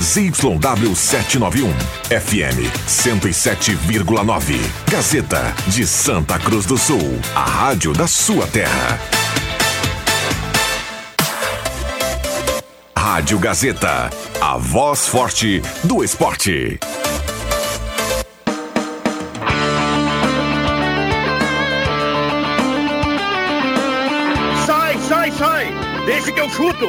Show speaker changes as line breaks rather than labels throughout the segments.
ZYW 791. FM 107,9. Gazeta de Santa Cruz do Sul. A rádio da sua terra. Rádio Gazeta. A voz forte do esporte.
Sai, sai, sai! Deixa que eu chuto!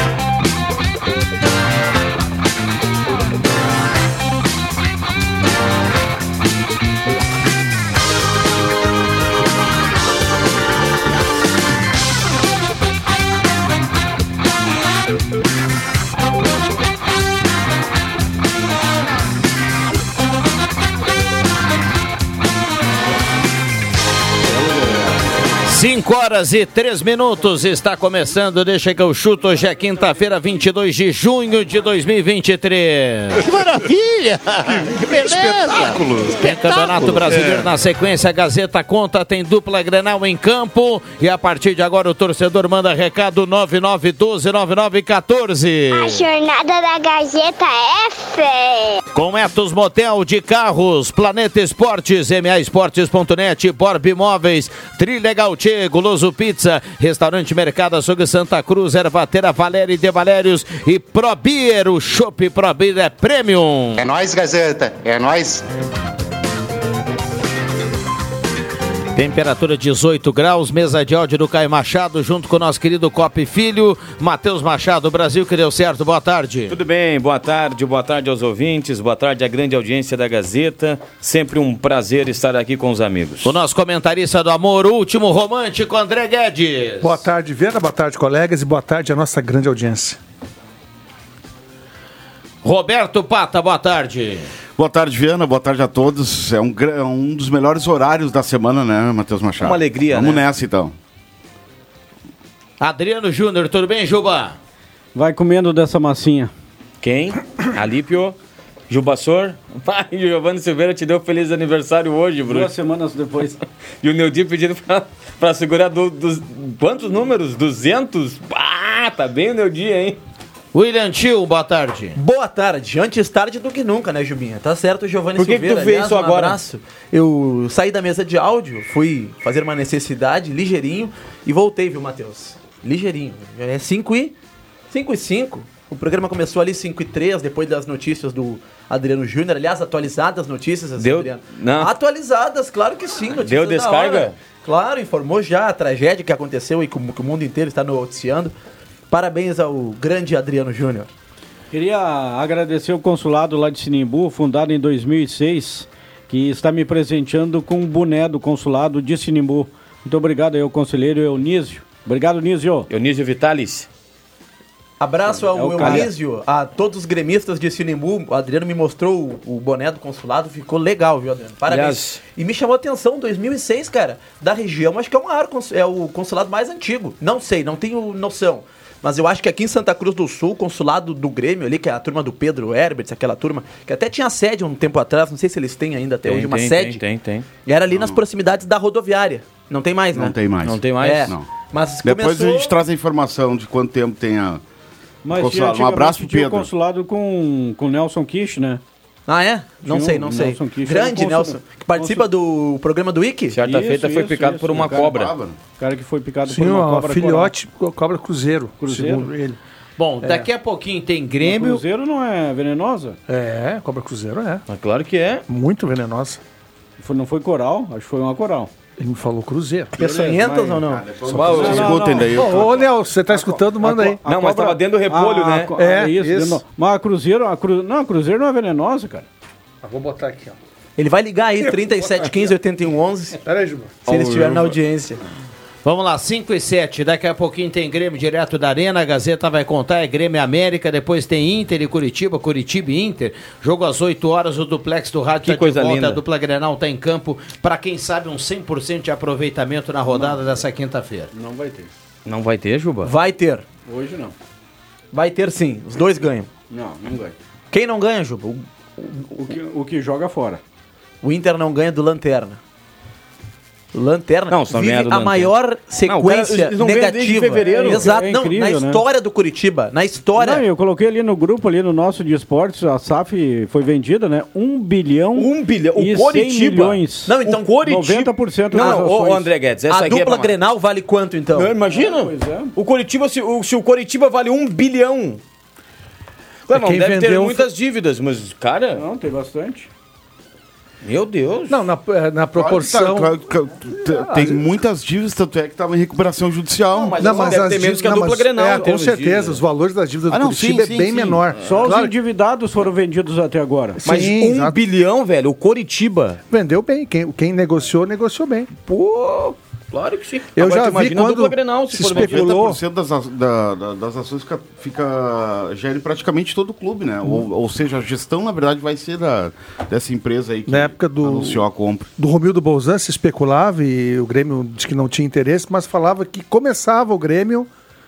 Cinco horas e três minutos está começando. Deixa que eu chuto. Hoje é quinta-feira, 22 de junho de 2023.
Que maravilha! Que beleza! É.
Espetáculo! Tem Campeonato Brasileiro na sequência. A Gazeta conta, tem dupla Grenal em campo. E a partir de agora o torcedor manda recado 99129914.
A jornada da Gazeta é fé.
Com Etos Motel de Carros, Planeta Esportes, MA Esportes.net, Borb Imóveis, Trilegal Tchê, Goloso Pizza, Restaurante Mercado Açougue Santa Cruz, Ervatera Valéria e De Valérios e Probier, o Chopp Probier é Premium.
É nóis, Gazeta. É nóis.
Temperatura 18 graus, mesa de áudio do Caio Machado, junto com o nosso querido Cop Filho, Matheus Machado, Brasil que deu certo, boa tarde.
Tudo bem, boa tarde, boa tarde aos ouvintes, boa tarde à grande audiência da Gazeta. Sempre um prazer estar aqui com os amigos.
O nosso comentarista do amor, o último romântico, André Guedes.
Boa tarde, Vera, boa tarde, colegas, e boa tarde à nossa grande audiência.
Roberto Pata, boa tarde.
Boa tarde, Viana. Boa tarde a todos. É um, gra- é um dos melhores horários da semana, né, Matheus Machado?
Uma alegria,
Vamos
né?
nessa, então.
Adriano Júnior, tudo bem, Juba?
Vai comendo dessa massinha.
Quem? Alípio? Jubassor? Vai, Giovanni Silveira te deu feliz aniversário hoje, Bruno.
Duas semanas depois.
E o Neudi pedindo pra, pra segurar do, dos, quantos números? 200? Ah, tá bem o Neudi, hein?
William Tio, boa tarde.
Boa tarde. Antes tarde do que nunca, né, Jubinha? Tá certo, Giovanni
Por que que
Silveira.
tu fez isso
um
agora?
abraço. Eu saí da mesa de áudio, fui fazer uma necessidade, ligeirinho, e voltei, viu, Matheus? Ligeirinho. É 5 e... 5 e 5. O programa começou ali 5 e 3, depois das notícias do Adriano Júnior. Aliás, atualizadas as notícias, assim,
Deu-
Adriano.
Não.
Atualizadas, claro que sim. notícias
Deu
da
descarga?
hora. Claro, informou já a tragédia que aconteceu e como que o mundo inteiro está noticiando. Parabéns ao grande Adriano Júnior.
Queria agradecer o consulado lá de Sinimbu, fundado em 2006, que está me presenteando com um boné do consulado de Sinimbu. Muito obrigado aí ao conselheiro Eunísio. Obrigado, Nísio.
Eunísio Vitalis.
Abraço ao
É o cara.
Eunísio, a todos os gremistas de Sinimbu. O Adriano me mostrou o, o boné do consulado, ficou legal, viu, Adriano? Parabéns.
Aliás-
E me chamou a atenção, 2006, cara, da região, acho que é, um ar, cons- é o consulado mais antigo. Não sei, não tenho noção. Mas eu acho que aqui em Santa Cruz do Sul, o consulado do Grêmio ali, que é a turma do Pedro Herberts, aquela turma, que até tinha sede um tempo atrás, não sei se eles têm ainda até hoje uma sede.
Tem, tem, tem.
E era ali nas proximidades da rodoviária. Não tem mais, né?
Não tem mais.
Não tem mais?
É.
Não.
Mas
Depois
começou...
a gente traz a informação de quanto tempo tem a...
Mas
Consulado,
tinha
um
antigamente
abraço pro
tinha o
Pedro.
consulado com com o Nelson Kish, né?
Ah, é? Não
Tinha
sei,
um
não sei.
Nelson Kish,
Grande
era um
Nelson,
consul-
que participa do programa do Wiki.
Certa
Isso,
feita foi
isso,
picado
isso,
por uma
o cara
cobra.
Brava, né?
O cara que foi picado
Sim,
por uma
ó,
cobra.
filhote cobra cruzeiro,
Cruzeiro?
segundo ele.
Bom,
É.
daqui a pouquinho tem
coronel.
Grêmio.
Cruzeiro não é venenosa?
É, cobra cruzeiro é.
Mas claro que é.
Muito venenosa.
Foi- não foi coral? Acho que foi uma coral.
Ele me falou cruzeiro.
é
Peçonhentas ou não?
Vocês escutem daí.
Ô, ô, Léo, você tá escutando? Manda aí.
Não, mas tava dentro do repolho, né?
Ah, co-
É,
isso.
isso.
dentro do- Mas a Cruzeiro, a cru, não, a Cruzeiro não é venenosa, cara.
Vou botar aqui, ó.
Ele vai ligar aí, 37 15 81 11, se
Pera aí, Juba.
ele
um
estiver na audiência.
Vamos lá, 5 e 7. Daqui a pouquinho tem Grêmio direto da Arena. A Gazeta vai contar. É Grêmio e América. Depois tem Inter e Curitiba. Curitiba e Inter. Jogo às 8 horas. O duplex do rádio
Que
tá
coisa
de volta.
linda.
A dupla Grenal tá em campo. Para quem sabe, um 100% de aproveitamento na rodada dessa quinta-feira.
Não vai ter.
Não vai ter, Juba?
Vai ter.
Hoje não.
Vai ter sim. Os dois ganham.
Não, não ganha.
Quem não ganha, Juba? O
O que, o que joga fora.
O Inter não ganha do Lanterna. Lanterna
Não, só
vive
ganha
a
do Lanterna.
maior
cara,
sequência
eles não ganham desde
negativa.
fevereiro.
Exato,
É
não,
incrível,
na
né?
história do Curitiba, na história.
Não, eu coloquei ali no grupo, ali no nosso de esportes, a SAF foi vendida, né? Um bilhão
Um bilhão. O
e 100
Coritiba.
milhões.
Não, então,
o
Coritiba-
90% das
Não, ô, ô,
ações.
André Guedes, essa
a
aqui é
dupla
pra-
Grenal vale quanto então?
Não, imagina.
Pois é.
O Coritiba, se o, se o Coritiba vale um bilhão. Claro, não
quem
deve ter
vendeu-
muitas dívidas, mas, cara,
Não, tem bastante.
meu Deus.
Não,
é,
na, eh, na proporção.
Claro que tá- claro que tá- tem muitas dívidas, tanto é que estava em recuperação judicial.
mas- Não, tá. deve ter
as
menos que a
dívidas-
dupla Grenal, né?
É,
em
com
termos de
certeza,
dívida.
os valores das dívidas
Ah,
do
não,
Curitiba
sim,
é
sim,
bem
sim.
menor.
Só os
Claro que
endividados foram vendidos até agora.
mas
sim,
um
exato.
bilhão, velho, o Coritiba.
vendeu bem. Quem, quem negociou, negociou bem.
Pô, claro que sim.
Eu
Agora,
já
tu
vi
imagina a
quando
dupla Grenal, se,
se
for
especulou-
vendido.
90% das, a- da- da- das ações fica, fica gere praticamente todo o clube, né? Ou, ou seja, a gestão, na verdade, vai ser da, dessa empresa aí que
Na época do-
anunciou a compra.
Do Romildo Bolzan se especulava e o Grêmio disse que não tinha interesse, mas falava que começava o Grêmio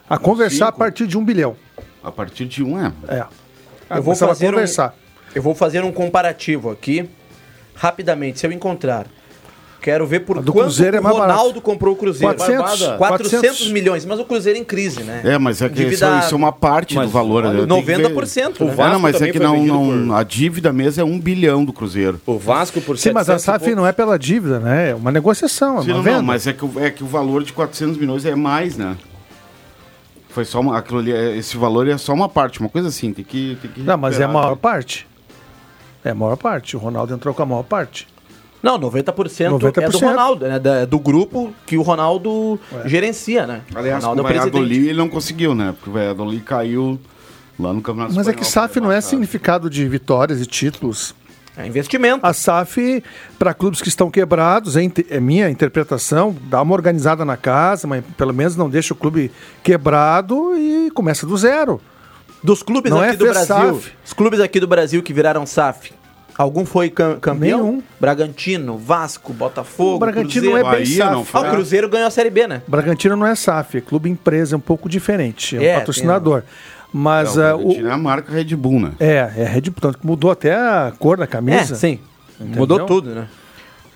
a conversar a
cinco.
partir de um bilhão.
A partir de um, é.
É.
Eu vou
Começava a
fazer um-
conversar.
Eu vou fazer um comparativo aqui, rapidamente, se eu encontrar. Quero ver por
A do
quanto
Cruzeiro é
o
mais barato.
Ronaldo comprou o Cruzeiro.
400,
Barbada.
400.
400 milhões, mas o Cruzeiro em crise, né?
É, mas é que isso,
Dívida
isso é uma parte
Mas,
do valor.
olha,
né? Tem que ver-
90%,
O
né?
Vasco não, mas é
também
que
foi
não,
vendido
não- a dívida mesmo é um bilhão do Cruzeiro.
O Vasco por
Sim, mas a
700 e
SAF
pouco.
não é pela dívida, né? É uma negociação, é
Sim,
uma
não,
venda.
não, mas é que, o- é que o valor de 400 milhões é mais, né? Foi só uma, aquilo ali, é- esse valor é só uma parte, uma coisa assim, tem que. Tem que
Não, mas é a
recuperar,
maior
né?
parte. É a maior parte. O Ronaldo entrou com a maior parte.
Não, 90%, é do
90%.
Ronaldo, né? Da- do grupo que o Ronaldo
É.
gerencia, né?
Aliás,
Ronaldo
com o Valladolid ele não conseguiu, né? Porque o Valladolid caiu lá no Campeonato
Mas é que
Espanhol,
SAF não é
rebaixado.
significado de vitórias e títulos.
É investimento.
A SAF, para clubes que estão quebrados, é, inte- é minha interpretação, dá uma organizada na casa, mas pelo menos não deixa o clube quebrado e começa do zero.
Dos clubes
Não
aqui
é
do
FESAF.
Brasil. Os clubes aqui do Brasil que viraram SAF. Algum foi cam- campeão?
Nenhum.
Bragantino, Vasco, Botafogo.
o Bragantino
Cruzeiro.
não é bem
Bahia não
SAF.
foi.
Ah, o Cruzeiro ganhou a Série B, né?
Bragantino não é SAF, é clube empresa, é um pouco diferente, é um
É,
patrocinador. Mas
Não,
ah,
o Valladolid é a marca Red Bull, né?
o, é, é Red Bull, tanto que mudou até a cor da camisa.
É, sim. Mudou tudo, né?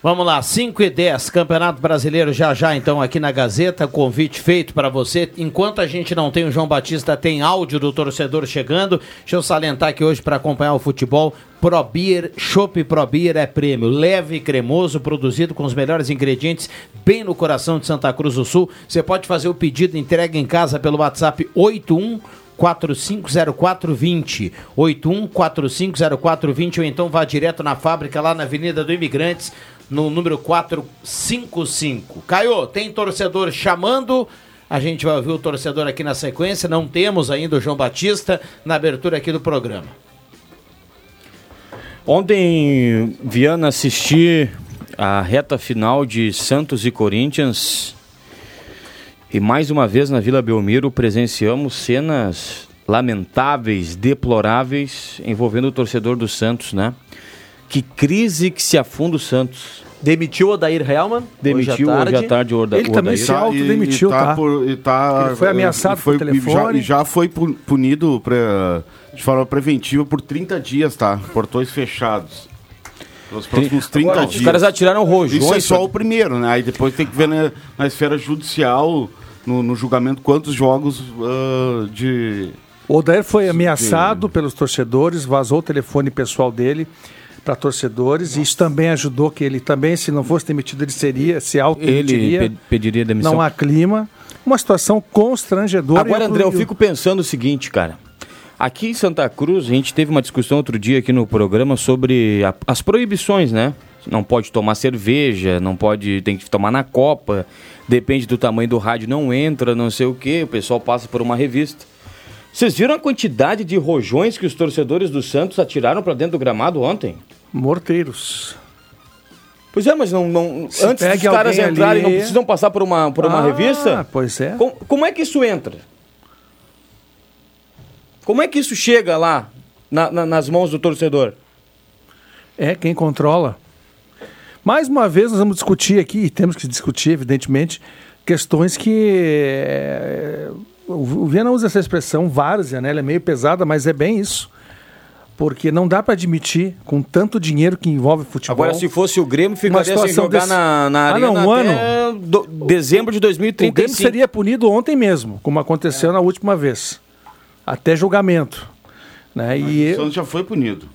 Vamos lá, 5 e 10, Campeonato Brasileiro já já, então, aqui na Gazeta, convite feito para você. Enquanto a gente não tem o João Batista, tem áudio do torcedor chegando. Deixa eu salientar que hoje, para acompanhar o futebol, Pro Beer, Chopp Pro Beer é prêmio. Leve e cremoso, produzido com os melhores ingredientes, bem no coração de Santa Cruz do Sul. Você pode fazer o pedido, entrega em casa pelo WhatsApp 81... 450420 81450420 ou então vá direto na fábrica lá na Avenida do Imigrantes, no número 455. Caio, tem torcedor chamando. A gente vai ouvir o torcedor aqui na sequência. Não temos ainda o João Batista na abertura aqui do programa.
Ontem, Viana, assisti a reta final de Santos e Corinthians. E mais uma vez na Vila Belmiro presenciamos cenas lamentáveis, deploráveis, envolvendo o torcedor do Santos, né? Que crise que se afunda o Santos.
Demitiu o Odair Helman.
Demitiu hoje à tarde o Orda-
Ele
o
também
Odair.
se autodemitiu, tá?
por- e tá-
Ele foi ameaçado
e foi-
por
e já-
telefone.
E já, foi pu- punido pra- de forma preventiva por 30 dias, tá? Portões fechados. Nos próximos 30
Agora,
dias.
Os caras atiraram rojões.
Isso é só o primeiro, né? Aí depois tem que ver na, na esfera judicial, no, no julgamento, quantos jogos ah, de.
O Odair foi ameaçado pelos torcedores, vazou o telefone pessoal dele para torcedores. e Isso também ajudou que ele também, se não fosse demitido, ele seria, se
Ele
autodemitiria.
pe- pediria demissão.
Não é há clima. Uma situação constrangedora.
Agora,
E o
André, eu
clube-
fico pensando o seguinte, cara. Aqui em Santa Cruz, a gente teve uma discussão outro dia aqui no programa sobre a- as proibições, né? Não pode tomar cerveja, não pode, tem que tomar na copa, depende do tamanho do rádio, não entra, não sei o quê, o pessoal passa por uma revista. Vocês viram a quantidade de rojões que os torcedores do Santos atiraram pra dentro do gramado ontem?
Morteiros.
Pois é, mas não, não-
Se
antes dos
pega
caras
alguém
entrarem,
ali-
não precisam passar por uma, por uma
Ah,
revista?
pois é.
Com- Como, é que isso entra? Como é que isso chega lá na- na- nas mãos do torcedor?
É quem controla. Mais uma vez, nós vamos discutir aqui, e temos que discutir, evidentemente, questões que. eh, O o Viana usa essa expressão várzea, né? Ela é meio pesada, mas é bem é isso. Porque não dá para admitir, com tanto dinheiro que envolve futebol.
Agora, se fosse o Grêmio,
uma
ficaria sem
situação
jogar
desse-
na, na
Ah, não,
arena
um
até
ano.
do- dezembro de
O Grêmio
2035.
seria punido ontem mesmo, como aconteceu na última vez. Até julgamento. Né?
O
E
Santos já foi punido.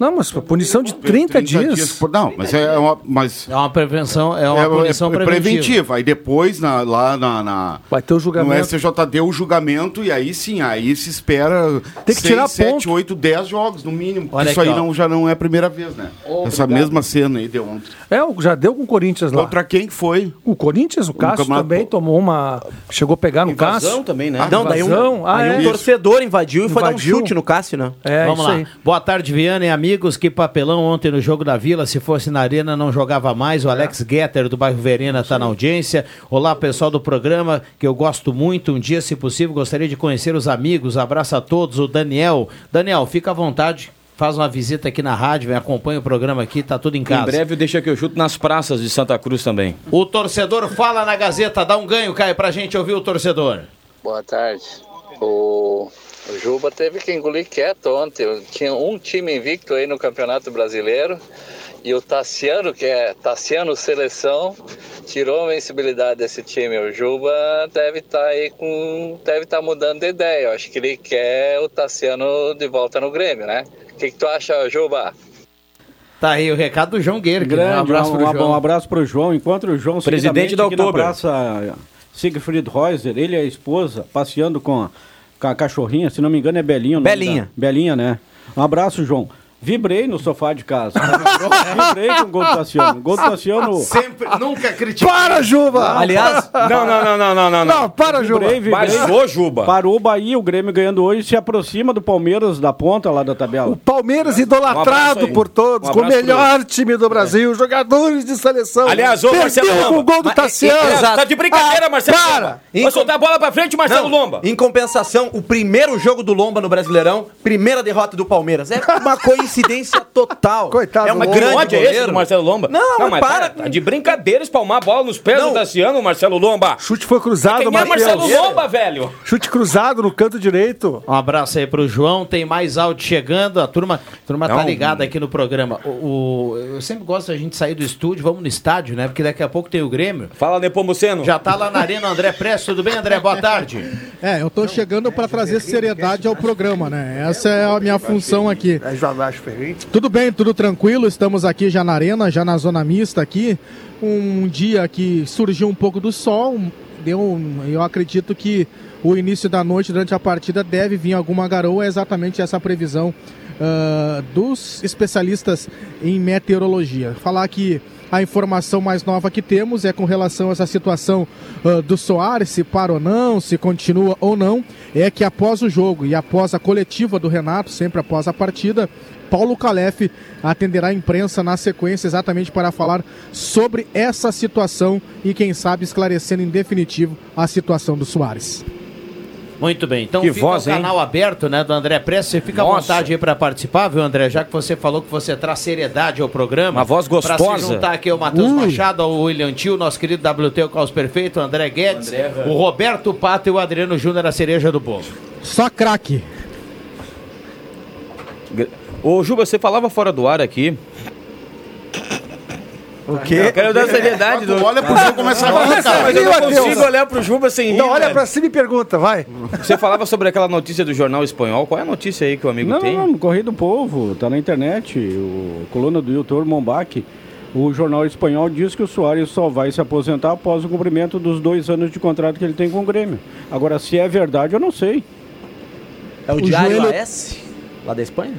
Não, mas foi punição de 30, dias.
por- não, mas é uma. Mas
É uma prevenção, é uma
é,
punição
é preventiva. Aí depois, na- lá na, na-
Vai ter o
no
julgamento.
SJD, o julgamento, e aí sim, aí se espera
Tem que tirar
7,
ponto.
8, 10 jogos, no mínimo.
Olha
Isso
aqui,
aí
ó.
não, já não é a primeira vez, né? Essa mesma cena aí deu ontem.
É, o- já deu com o Corinthians lá.
Contra quem foi?
O
Um
Corinthians, o Cássio
campeonato-
também tomou uma. Chegou a pegar no Cássio.
né?
né?
Ah,
não, daí um,
ah,
aí
é.
um torcedor invadiu e foi dar um
Invadiu.
chute no Cássio, né?
É,
Vamos
isso
lá.
aí.
Boa tarde, Viana e amigos. Que papelão ontem no jogo da Vila. Se fosse na Arena, não jogava mais. O Alex Getter, do bairro Verena, está na audiência. Olá, pessoal do programa, que eu gosto muito. Um dia, se possível, gostaria de conhecer os amigos. Abraço a todos. O Daniel. Daniel, fica à vontade. Faz uma visita aqui na rádio, acompanha o programa aqui, tá tudo em
Em
casa.
breve, deixa que eu chuto nas praças de Santa Cruz também.
O torcedor fala na Gazeta, dá um ganho, Caio, pra gente ouvir o torcedor.
Boa tarde. O, o Juba teve que engolir quieto ontem. Tinha um time invicto aí no Campeonato Brasileiro. E o Tassiano, que é Tassiano Seleção, tirou a vencibilidade desse time. O Juba deve estar aí com. deve estar mudando de ideia. Eu acho que ele quer o Tassiano de volta no Grêmio, né? O que, que tu acha, Juba?
Tá aí o recado do João Guerra.
Grande,
um abraço pro
um,
João.
um abraço pro João. Encontra o João
Presidente
seguidamente
da
aqui na
Oktober.
Praça Siegfried Reuser, ele e a esposa, passeando com a, com a cachorrinha, se não me engano é Belinha. o nome
Belinha.
da- Belinha, né? Um abraço, João. Vibrei no sofá de casa. Vibrei com o gol do Tassiano. Gol do Tassiano...
Sempre, nunca critiquei.
Para, Juba!
Aliás,
Tipo- Não, não, não, não, não, Tipo não.
Não, para, Juba!
Vibrei, vibrei.
Mas ô, Juba.
Parou o Bahia, o Grêmio ganhando hoje, se aproxima do Palmeiras da ponta lá da
O
tabela.
Palmeiras
Um abraço
idolatrado
aí.
por todos,
Um
com o
abraço pro É.
melhor time do Brasil, jogadores de seleção.
Aliás, ô, Marcelo
Perdeu
Lomba.
com o gol do
Mas-
Tassiano.
Exato.
Tá de brincadeira,
Ah,
Marcelo.
para!
Lomba. Vai soltar a bola pra frente, Marcelo Lomba.
Em compensação, o primeiro jogo do Lomba no Brasileirão, primeira derrota do Palmeiras. É uma coincidência total.
Coitado
é um
do
Mas
Lomba.
grande
que ódio é esse
goleiro.
do Marcelo Lomba?
Não, mas para.
Tá de brincadeira espalmar a bola nos pés
Não.
do Tassiano, Marcelo Lomba.
Chute foi cruzado,
Quem é
Matheus.
Marcelo Lomba, velho?
Chute cruzado no canto direito.
Um abraço aí pro João, tem mais áudio chegando, a turma, a turma tá
Não.
ligada aqui no programa. O, o- eu sempre gosto da gente sair do estúdio, vamos no estádio, né? Porque daqui a pouco tem o Grêmio.
Fala, Nepomuceno.
Já tá lá na arena, André Prestes, tudo bem, André? Boa tarde.
É, eu tô chegando para trazer seriedade ao programa, né? Essa é a minha função aqui. Tudo bem, tudo tranquilo, estamos aqui já na arena, já na zona mista aqui. Um dia que surgiu um pouco do sol, deu um- eu acredito que o início da noite durante a partida deve vir alguma garoa, é exatamente essa a previsão ah, dos especialistas em meteorologia. Falar que a informação mais nova que temos é com relação a essa situação ah, do Soares, se para ou não, se continua ou não, é que após o jogo e após a coletiva do Renato, sempre após a partida, Paulo Calef atenderá a imprensa na sequência exatamente para falar sobre essa situação e quem sabe esclarecendo em definitivo a situação do Soares.
Muito bem, então
Que
fica
voz,
o
hein?
canal aberto, né, do André Prestes, você fica à
Nossa.
vontade aí pra participar, viu, André? Já que você falou que você traz seriedade ao programa.
Uma voz
Pra se
gostosa.
juntar aqui ao Matheus
Ui.
Machado, ao William Tio, nosso querido WT, o Caos Perfeito, o André Guedes, o Roberto Pato e o Adriano Júnior, a cereja do bolo.
Só craque.
Ô, Juba, você falava fora do ar aqui.
O quê?
Quero dar seriedade do.
Olha pro jogo começar a
É,
arrancar.
Mas eu não
Meu Deus.
consigo olhar pro Juba sem rir,
Então olha
velho.
pra cima e pergunta, vai.
Você falava sobre aquela notícia do jornal espanhol. Qual é a notícia aí que o amigo
Não,
tem?
não, no Correio do Povo, tá na internet, o coluna do Hiltor Mombach. O jornal espanhol diz que o Soares só vai se aposentar após o cumprimento dos dois anos de contrato que ele tem com o Grêmio. Agora, se é verdade, eu não sei.
É o,
O
Diário
joelho-
AS, lá da Espanha.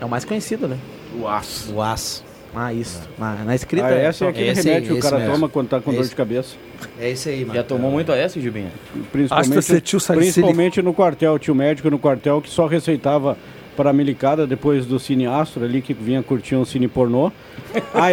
É o mais conhecido, né?
O aço.
O AS. Ah, isso. Na, na escrita.
Ah, essa é
só-
aquele
esse-
remédio que o
esse
cara
mesmo.
toma quando tá com dor
Esse.
de cabeça.
É isso aí, mano.
Já tomou muito a essa, Jubinha?
Astacetil
Principalmente,
salicílico.
principalmente no quartel, tinha um médico no quartel que só receitava para a milicada depois do cine astro ali, que vinha curtir um cine pornô. A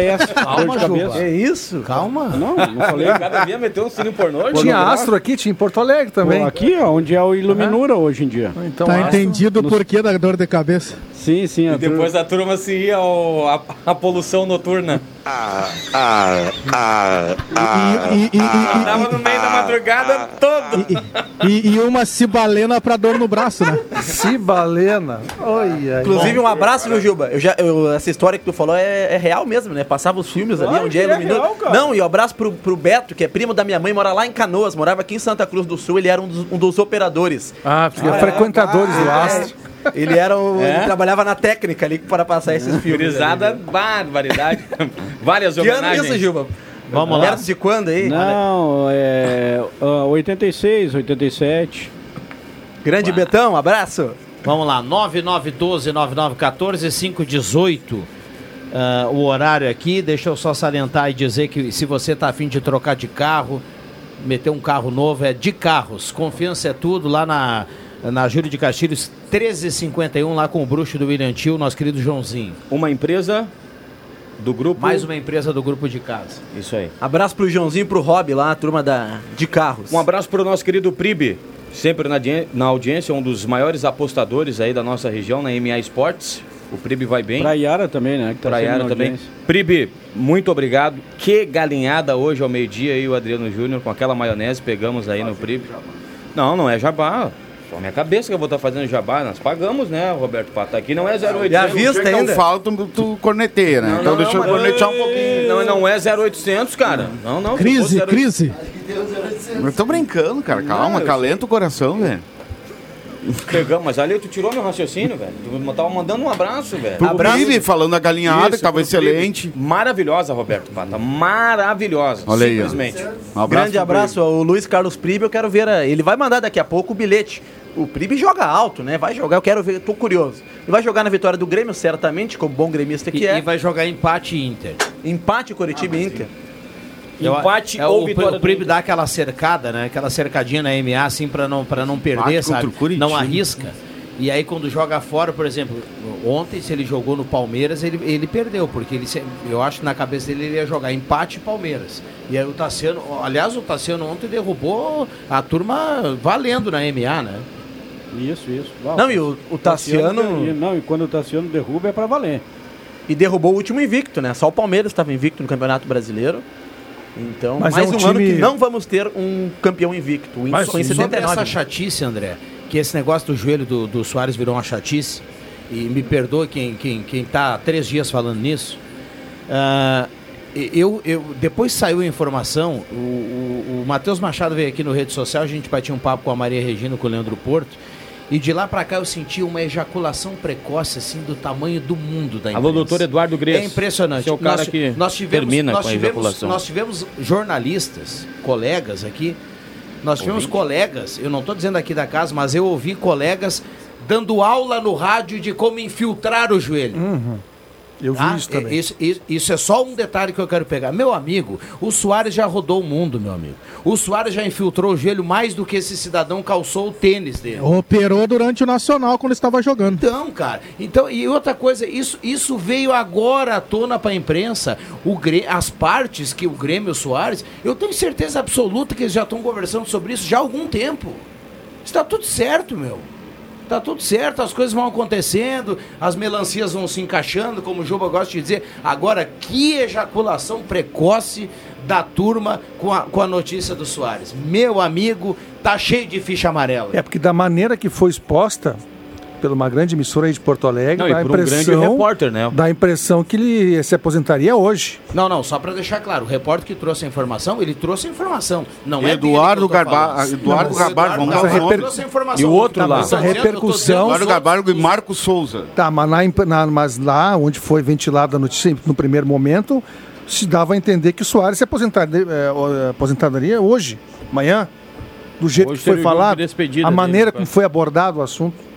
essa, dor
Calma,
de
Juba.
cabeça.
É isso?
Calma.
Não, não falei.
Cada dia meteu um sininho pornô. Juba.
Tinha Astro aqui, tinha em Porto Alegre também.
Aqui, ó, onde é o Iluminura hoje em dia.
Então,
tá
Astro-
entendido o porquê da dor de cabeça.
Sim, sim.
E depois a turma se ia ao, a, a poluição noturna. Ah,
Ah, ah, ah,
E- e- e- e- e-
Tava no meio da madrugada toda.
E, e uma cibalena pra dor no braço, né?
Cibalena? Olha.
Inclusive, um abraço,
é.
viu, Gilba? Eu já, eu- essa história que tu falou é, é real mesmo, né? Passava os filmes ali,
Claro
onde
que
era
é
um minuto.
real, cara.
Não, e um abraço pro, pro Beto, que é primo da minha mãe, mora lá em Canoas, morava aqui em Santa Cruz do Sul, ele era um dos, um dos operadores.
Ah, porque frequentadores
ah,
do Astro.
Ele era o,
É?
ele trabalhava na técnica ali para passar esses filmes. né?
Gurizada, barbaridade. é Várias
Que ano é
homenagens.
isso, Gilba? Perto de quando aí?
Não, é. ah, 86, 87.
Grande Betão, abraço.
Vamos lá, 9912-9914-518. ah, o horário aqui, deixa eu só salientar e dizer que se você tá afim de trocar de carro, meter um carro novo, é de carros. Confiança é tudo lá na, na Júlio de Castilhos, 1351, lá com o bruxo do William Tio, nosso querido Joãozinho.
Uma empresa do grupo.
Mais uma empresa do grupo de casa.
Isso aí.
Abraço pro Joãozinho e pro Rob lá, a turma da, de carros.
Um abraço para o nosso querido Pribe, sempre na, audi- na audiência, um dos maiores apostadores aí da nossa região, na MA Esportes. O Pribe vai bem.
Pra Yara também, né? Que tá
Pra
sempre
Yara
na
também.
audiência.
Pribe, muito obrigado. Que galinhada hoje ao meio-dia aí, o Adriano Júnior, com aquela maionese pegamos aí no Pribe. Não, não é jabá. Só minha cabeça que eu vou estar fazendo jabá. Nós pagamos, né, Roberto Pato? Aqui não é 0800.
E à vista ainda? Não fala, tu, tu corneteia, né?
Não,
então
não,
deixa
não,
eu
mas-
cornetear um pouquinho.
Não, não é 0800, cara. Não, não. se fosse
Crise,
0800.
crise.
Eu tô brincando, cara.
Não,
Calma,
eu
calenta o coração, velho.
Pegamos, mas ali tu tirou meu raciocínio, velho. Tu tava mandando um abraço, velho.
Pro Bibi, falando da galinhada,
Isso,
que tava
pro
excelente.
Bibi. Maravilhosa, Roberto Pata. Maravilhosa.
Olha aí, ó.
simplesmente.
Um abraço
Grande
pro
abraço ao Luiz Carlos Pribe, eu quero ver. a- Ele vai mandar daqui a pouco o bilhete. O Pribe joga alto, né? Vai jogar, eu quero ver, tô curioso. Ele vai jogar na vitória do Grêmio, certamente, como bom gremista que
E,
é.
e vai Ah, jogar empate Inter.
Empate Coritiba e Inter.
Eu-
Empate
é,
ou
o,
vitória
O
do
Pribe dá aquela cercada, né? Aquela cercadinha na MA, assim, pra não, pra não perder,
Empate contra
sabe?
o Curitiba.
Não arrisca. E aí, quando joga fora, por exemplo, ontem, se ele jogou no Palmeiras, ele, ele perdeu, porque ele, se- eu acho que na cabeça dele ele ia jogar empate e Palmeiras. E aí o Tassiano, aliás, o Tassiano ontem derrubou a turma valendo na MA, né?
Isso, isso.
Não, e o- o
Tá
Tassiano-
e- Não, e quando o Tassiano derruba é pra valer.
E derrubou o último invicto, né? Só o Palmeiras estava invicto no Campeonato Brasileiro. Então,
Mas
mais
é
um,
um
ano
time-
que não vamos ter um campeão invicto. O
Mas
Inter foi em
sobre
79.
essa chatice, André, que esse negócio do joelho do, do Soares virou uma chatice, e me perdoe quem, quem, quem tá há três dias falando nisso, ah, e- eu, eu, depois saiu a informação, o, o, o Matheus Machado veio aqui no Rede Social, a gente batia um papo com a Maria Regina, com o Leandro Porto, e de lá pra cá eu senti uma ejaculação precoce, assim, do tamanho do mundo da imprensa.
Alô, doutor Eduardo Gress.
É impressionante.
Esse é o cara
nós,
que
nós tivemos,
termina
nós
com a
tivemos-
ejaculação.
Nós tivemos jornalistas, colegas aqui, nós tivemos colegas, eu não estou dizendo aqui da casa, mas eu ouvi colegas dando aula no rádio de como infiltrar o joelho.
Eu vi
Ah,
isso também.
é- Isso, isso- isso é só um detalhe que eu quero pegar. Meu amigo, o Soares já rodou o mundo, meu amigo. O Soares já infiltrou o joelho mais do que esse cidadão calçou o tênis dele.
Operou durante o Nacional quando estava jogando.
Então, cara. Então, e outra coisa, isso, isso veio agora à tona pra imprensa. O Grê- as partes que o Grêmio e o Soares, eu tenho certeza absoluta que eles já estão conversando sobre isso já há algum tempo. Está tudo certo, meu. Tá tudo certo, as coisas vão acontecendo, as melancias vão se encaixando, como o Juba gosta de dizer. Agora, que ejaculação precoce da turma com a, com a notícia do Soares. Meu amigo, tá cheio de ficha amarela.
É porque da maneira que foi exposta pela uma grande emissora aí de Porto Alegre,
Não, e
dá a
por um grande
impressão,
repórter, né?
dá a impressão que ele se aposentaria hoje.
Não, não, só para deixar claro, o repórter que trouxe a informação, ele trouxe a informação. Não é
Eduardo Garba-
Garbar,
Eduardo Gabardo, vamos dar um nome.
trouxe a informação. Tá
E o outro lá?
Essa repercussão-
Eduardo Gabargo e Marco Souza.
Tá, mas lá, em- na- mas lá onde foi ventilada a notícia no primeiro momento, se dava a entender que o Soares se aposentaria, eh, o- aposentaria hoje, amanhã, do jeito
Hoje
que
seria
foi
o jogo de
falado,
despedida
a
dele, né?
maneira
quase.
como foi abordado o assunto.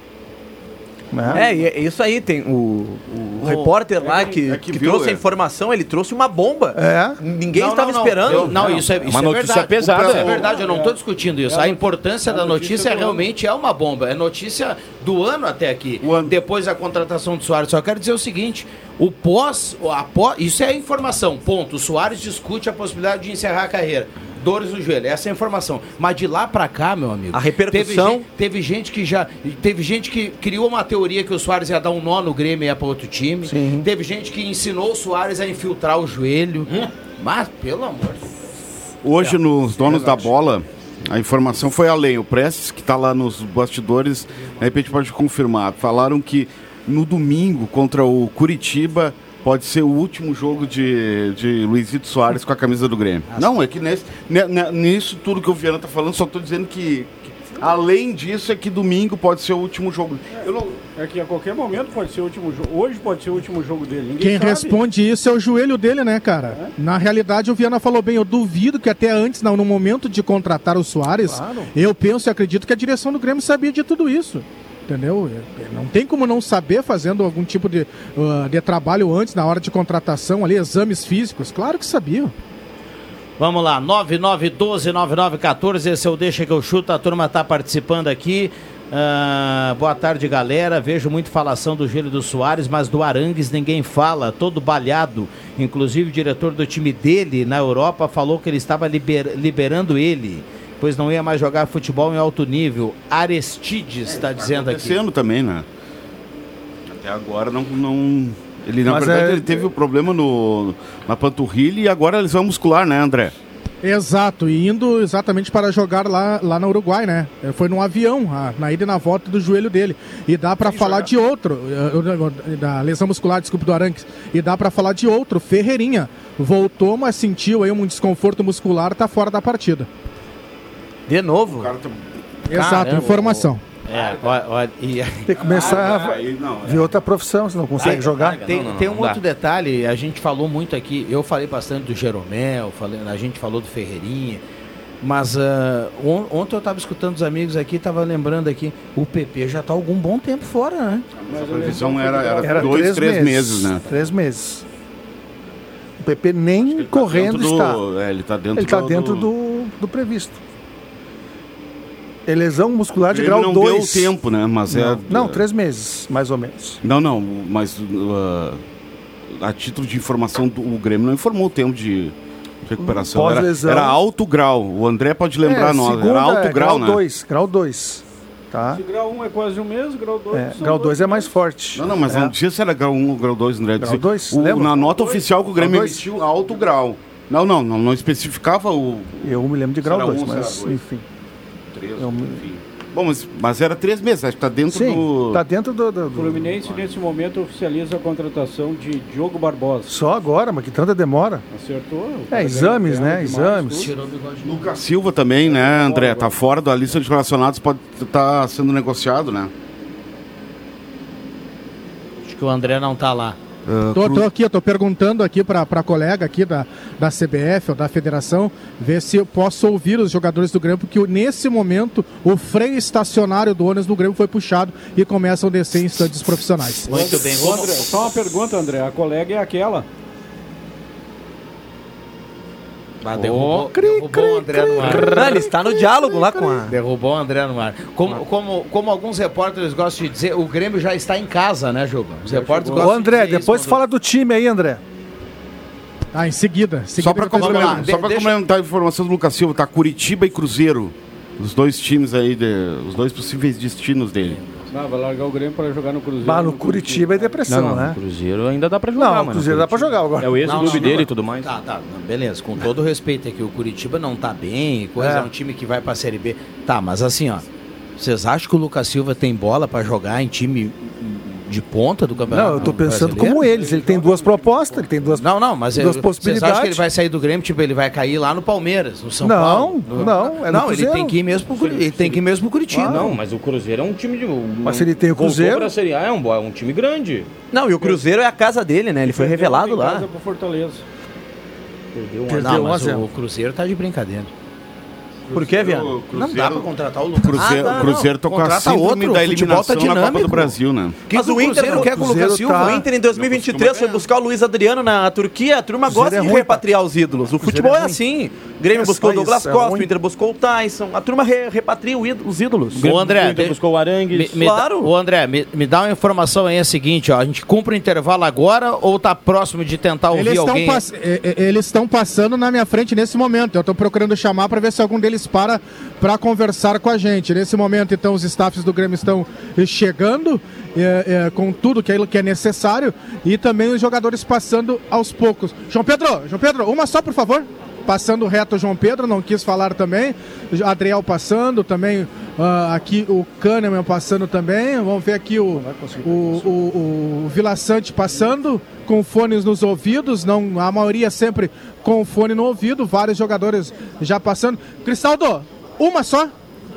né?
É, e é isso aí, tem o, o
Oh,
O-
repórter lá
é que-
que,
é que
que
viu,
trouxe
é.
a informação, ele trouxe uma bomba.
É.
Ninguém
Não,
estava
não, não.
esperando.
Eu- não, isso é, isso
Uma
é
notícia
verdade.
pesada.
Isso é verdade, eu não estou discutindo isso. É A importância da notícia,
do ano.
realmente é uma bomba. É notícia do ano até aqui. Depois da contratação do Soares. Só quero dizer o seguinte: o pós, a pós- isso é informação, ponto. O Soares discute a possibilidade de encerrar a carreira.
dores no joelho. Essa é a informação. Mas de lá pra cá, meu amigo.
A repercussão-
Teve, gen- teve gente que já. Teve gente que criou uma teoria que o Soares ia dar um nó no Grêmio e ia pra outro time. Teve gente que ensinou o Soares a infiltrar o joelho.
Hum?
Mas, pelo amor de Deus.
Hoje, nos Donos da Bola, a informação foi além. O Prestes, que está lá nos bastidores, de repente pode confirmar. Falaram que no domingo, contra o Curitiba, pode ser o último jogo de, de Luizito Soares com a camisa do Grêmio. Não, é que nesse, ne- ne- nisso tudo que o Viana está falando, só estou dizendo que, que além disso é que domingo pode ser o último jogo.
É que a qualquer momento pode ser o último jogo. Hoje pode ser o último jogo dele. Ninguém
Quem
sabe.
responde isso é o joelho dele, né, cara? Na realidade, o Viana falou bem. Eu duvido que até antes, não, no momento de contratar o Soares, eu penso e acredito que a direção do Grêmio sabia de tudo isso. Entendeu? É, é, Não tem como não saber fazendo algum tipo de, ah, de trabalho antes, na hora de contratação ali, exames físicos. Claro que sabia.
Vamos lá, 99129914, esse é o Deixa que eu chuto, a turma tá participando aqui. Ah, boa tarde, galera. Vejo muito falação do Gelo do Soares, mas do Arangues ninguém fala, todo balhado. Inclusive o diretor do time dele na Europa falou que ele estava liber- liberando ele, pois não ia mais jogar futebol em alto nível. Arestides está dizendo
Tá
aqui.
acontecendo também, né? Até agora não. não... Ele, na
Mas
verdade,
é-
ele teve o problema no, na panturrilha e agora eles vão muscular, né, André?
Exato, e indo exatamente para jogar lá, lá no Uruguai, né? Eh, Foi num avião, a- na ida e na volta do joelho dele. E dá para falar de outro, eh, eu- da lesão muscular, desculpa, do Aranques. E dá para falar de outro, Ferreirinha. Voltou, mas sentiu aí um desconforto muscular, tá fora da partida.
De novo?
Exato,
Caramba.
informação.
É, olha, olha, e...
Tem que começar
Ah,
a
é,
ver outra profissão, você não consegue
Aí,
jogar.
Tem, tem um outro detalhe, a gente falou muito aqui, eu falei bastante do Jeromel, falei, a gente falou do Ferreirinha, mas ah, on- ontem eu estava escutando os amigos aqui, estava lembrando aqui, o PP já está algum bom tempo fora, né?
A previsão era, era, dois, três, meses, né?
Três meses. O PP nem correndo
tá dentro do-
está.
é, ele tá dentro
Ele tá
do-
dentro do, do previsto. É lesão muscular de
Grêmio
grau
não
2.
deu tempo, né? Mas
não,
é-
não, três meses, mais ou menos.
Não, não, mas uh, a título de informação, do, o Grêmio não informou o tempo de recuperação. Era,
Pós-lesão.
era alto grau. O André pode lembrar
É,
nós.
segunda
Era alto
é
grau, né?
2, grau 2. Tá?
Se grau 1 é quase um mês, grau 2
É, grau 2 é mais forte.
Não, não, mas não dizia se era grau 1 ou grau 2, André.
Grau
Dizia-
dois,
o-
lembra?
Na nota oficial que o Grêmio
Grau dois.
emitiu, alto grau. Não, não, não, não especificava o.
Eu me lembro de
se
grau
era
2,
um, se
mas
era dois.
enfim.
Três, enfim. Bom, mas, mas era três meses, acho que tá dentro
Sim,
do.
tá dentro do. do-
O
do-
Fluminense, nesse momento, oficializa a contratação de Diogo Barbosa.
Só agora, mas que tanta demora.
Acertou?
É, exames, né? Exames.
Lucas Silva também, né, André? Tá fora da lista de relacionados, pode estar sendo negociado, né?
Acho que o André não tá lá.
Ah,
Tô,
Cru-
tô aqui, eu tô perguntando aqui pra, pra colega aqui da, da CBF ou da federação, ver se eu posso ouvir os jogadores do Grêmio, porque nesse momento o freio estacionário do ônibus do Grêmio foi puxado e começam a descer em instantes profissionais.
Muito bem. André, só uma pergunta, André. A colega é aquela.
Ah, derrubou,
Ô, cri,
derrubou o André no ar.
Não, ele está no diálogo lá com a.
Derrubou o André no ar. Como, como, como alguns repórteres gostam de dizer, o Grêmio já está em casa, né, Juba? Os repórteres
Ô,
gostam de
André,
dizer isso
depois
quando-
fala do time aí, André.
Ah, em seguida. em seguida
Só para
eu faço
complementar,
pergunta.
só pra complementar a informação do Lucas Silva, tá Curitiba e Cruzeiro. Os dois times aí, de- os dois possíveis destinos dele.
Ah, vai largar o Grêmio para jogar no Cruzeiro.
Bah, no Curitiba é depressão,
Não, não,
né?
no Cruzeiro ainda dá pra jogar,
Não,
mano.
no Cruzeiro dá pra jogar agora.
É o
Não,
ex-clube
não,
dele
não.
e tudo mais.
Tá, tá, não, beleza. Com todo o respeito aqui, o Curitiba não tá bem, coisa, é.
É.
um time que vai pra Série B. Tá, mas assim, ó. Vocês acham que o Lucas Silva tem bola pra jogar em time de ponta do campeonato?
Não, eu tô pensando
brasileiro?
é
como eles. Ele tem duas propostas, ele tem duas.
Não, não, mas
duas
eu- vocês acham
possibilidades.
que ele vai sair do Grêmio, tipo, ele vai cair lá no Palmeiras, no São
Não,
Paulo?
não, é no
não, ele
Cruzeiro.
tem que ir mesmo pro, Curi- ele tem que ir mesmo pro Curitiba.
Não, mas o Cruzeiro é um time de.
Mas se ele tem o
voltou
Cruzeiro-
Pra Série A, é um, bo- é um time grande.
Não, e o Cruzeiro é a casa dele, né? Ele foi revelado
Em
lá.
casa pro Fortaleza.
Perdeu
Não,
um
mas o Cruzeiro tá de brincadeira.
Por quê, Viana?
Cruzeiro-
Não dá pra contratar o
O
Lucas.
Cruzeiro,
Ah, tá,
o Cruzeiro
não.
tocou a
Contrata
síndrome
outro,
da
o futebol
eliminação
tá
na Copa do
dinâmico.
Brasil, né?
Mas o Inter não quer colocar Silva.
tá-
O Inter em 2023 foi buscar o Luiz Adriano na Turquia. A turma
Cruzeiro
gosta
é
de
ruim,
repatriar os ídolos. O futebol
é
é,
ruim.
assim. O Grêmio
É
buscou o
só isso,
Douglas
é
Costa,
ruim.
o Inter buscou o Tyson. A turma re- repatria o ídolo- os ídolos.
Ô, André, de-
buscou o
Me,
Arangues.
me dá, ô, André, me, me dá uma informação aí, é a seguinte, ó, a gente cumpre o intervalo agora ou tá próximo de tentar ouvir
Eles estão
alguém?
pass- e- e- eles estão passando na minha frente nesse momento. Eu estou procurando chamar para ver se algum deles para para conversar com a gente. Nesse momento, então, os staffs do Grêmio estão eh, chegando eh, eh, com tudo que é, que é necessário e também os jogadores passando aos poucos. João Pedro, João Pedro, uma só, por favor. Passando reto o João Pedro, não quis falar também. Adriel passando também. ah, aqui o Kahneman passando também. Vamos ver aqui o, o, o, o Vila Sante passando com fones nos ouvidos, não a maioria sempre com fone no ouvido, vários jogadores já passando. Cristaldo, uma só.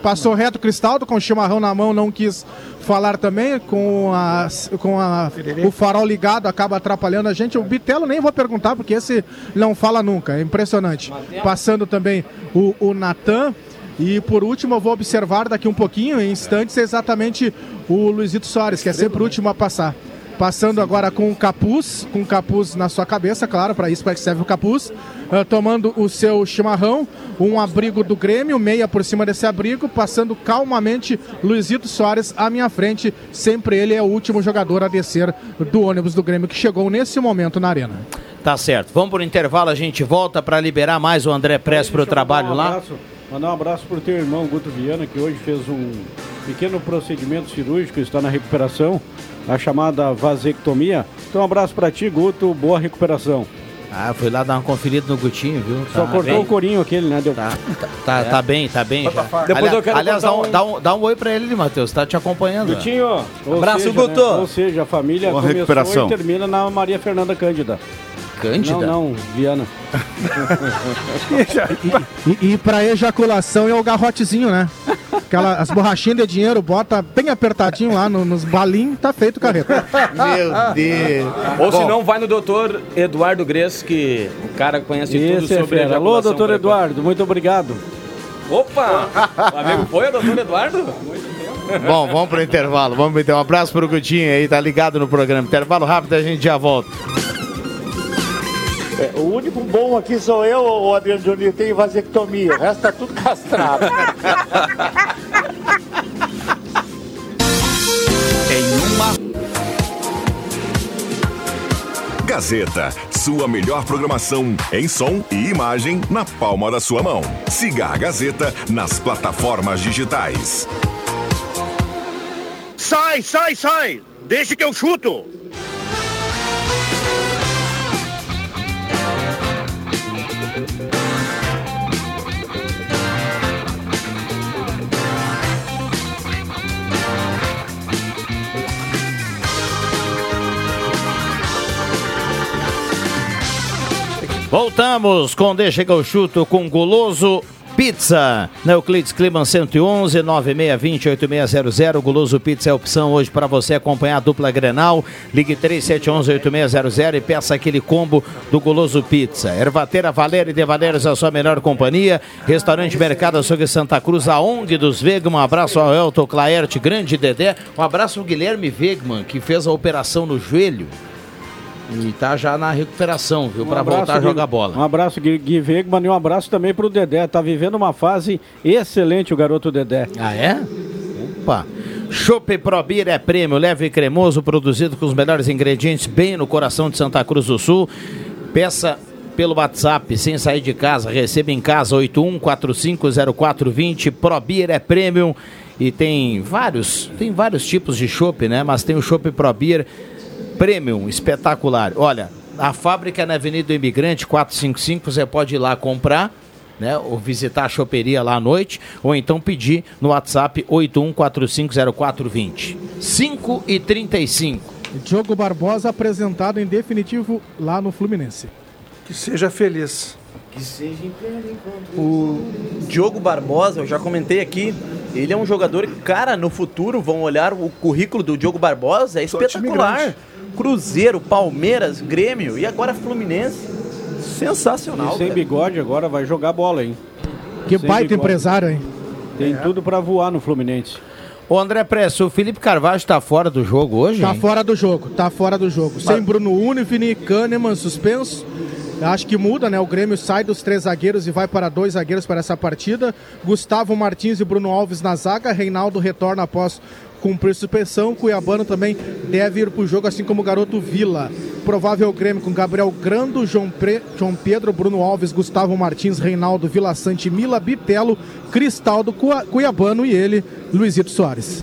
Passou reto o Cristaldo com o chimarrão na mão, não quis falar também com a com a, o farol ligado, acaba atrapalhando a gente. O Bitelo nem vou perguntar porque esse não fala nunca. É impressionante. Passando também o, o Natan. E por último, eu vou observar daqui um pouquinho, em instantes, exatamente o Luizito Soares, que é sempre o último a passar passando agora com o capuz, com o capuz na sua cabeça, claro, para isso para que serve o capuz, ah, tomando o seu chimarrão, um abrigo do Grêmio, meia por cima desse abrigo, passando calmamente Luizito Soares à minha frente, sempre ele é o último jogador a descer do ônibus do Grêmio que chegou nesse momento na arena.
Tá certo. Vamos por intervalo, a gente volta pra liberar mais o André Press pro trabalho
mandar um
lá.
abraço, mandar um abraço pro teu irmão Guto Viana, que hoje fez um pequeno procedimento cirúrgico, está na recuperação, a chamada vasectomia. Então, um abraço pra ti, Guto, boa recuperação.
Ah, fui lá dar uma conferida no Gutinho, viu?
Só
Tá
cortou
bem.
o corinho aquele, né? Deu... Tá,
Tá, tá bem, tá bem. Já.
Depois eu quero
aliás dá
contar
um,
um-
dá, um, dá um oi pra ele, Matheus, tá te acompanhando.
Gutinho, ou
Abraço,
seja,
Guto.
né, Ou seja, a família
Boa
começou
recuperação.
e termina na Maria Fernanda Cândida.
Ah, Cândida?
Não, não, Viana.
E, e para ejaculação é o garrotezinho, né? Aquela, as borrachinhas de dinheiro, bota bem apertadinho lá no- nos balinhos, tá feito carreta.
Ah.
Meu Deus. Ou se não, vai no doutor Eduardo Gres, que o cara conhece tudo
Esse é
sobre
fera. Alô,
ejaculação
doutor
precoce.
Eduardo, muito obrigado.
Opa! O amigo foi, o doutor Eduardo?
Bom, vamos pro intervalo. Vamos meter um abraço pro Gutinho aí, tá ligado no programa. Intervalo rápido, a gente já volta.
É, o único bom aqui sou eu, o Adriano Júnior, tem vasectomia. O resto tá tudo castrado.
Gazeta, sua melhor programação em som e imagem na palma da sua mão. Siga a Gazeta nas plataformas digitais.
Sai, sai, sai! Deixa que eu chuto!
Voltamos com Deixa que eu chuto com Goloso Pizza. Na Euclides Clima 111 9620 8600. Goloso Pizza é a opção hoje para você acompanhar a dupla Grenal. Ligue 3711 8600 e peça aquele combo do Goloso Pizza. Ervateira Valéria e De Valérios, a sua melhor companhia. Restaurante Mercado Açougue Santa Cruz, a ONG dos Vegman. Um abraço ao Elton Claerte, grande Dedé. Um abraço ao Guilherme Vegman, que fez a operação no joelho. E tá já na recuperação, viu? para
abraço,
voltar a
Gui-
jogar bola.
Um abraço, Gui, Gui Wegman, e um abraço também pro Dedé. Tá vivendo uma fase excelente o garoto Dedé.
Ah, é? Opa! Chopp Probir é prêmio, leve e cremoso, produzido com os melhores ingredientes, bem no coração de Santa Cruz do Sul. Peça pelo WhatsApp, sem sair de casa, receba em casa 81450420. Probir é prêmio e tem vários, tem vários tipos de chopp, né? Mas tem o Chopp Probir Premium, espetacular. Olha, a fábrica é na Avenida do Imigrante 455, você pode ir lá comprar, né? Ou visitar a choperia lá à noite, ou então pedir no WhatsApp 81450420. 5 e 35.
Diogo Barbosa apresentado em definitivo lá no Fluminense.
Que seja feliz.
Que seja O Diogo Barbosa, eu já comentei aqui, ele é um jogador que, cara, no futuro vão olhar o currículo do Diogo Barbosa, é espetacular. Cruzeiro, Palmeiras, Grêmio e agora Fluminense. Sensacional.
E sem
é
cara.
bigode agora vai jogar bola, hein?
Que
Sem
baita
bigode.
empresário, hein?
Tem tudo pra voar no Fluminense.
Ô André Presso, o Felipe Carvalho tá fora do jogo hoje?
Tá
hein?
fora do jogo, tá fora do jogo. Sem Bruno Unifini, Kahneman suspenso. Acho que muda, né? O Grêmio sai dos três zagueiros e vai para dois zagueiros para essa partida. Gustavo Martins e Bruno Alves na zaga. Reinaldo retorna após cumprir suspensão. Cuiabano também deve ir para o jogo, assim como o garoto Vila. Provável Grêmio com Gabriel Grando, João, Pre- João Pedro, Bruno Alves, Gustavo Martins, Reinaldo, Vila Sante, Mila, Bitelo, Cristaldo, Cua- Cuiabano e ele, Luizito Soares.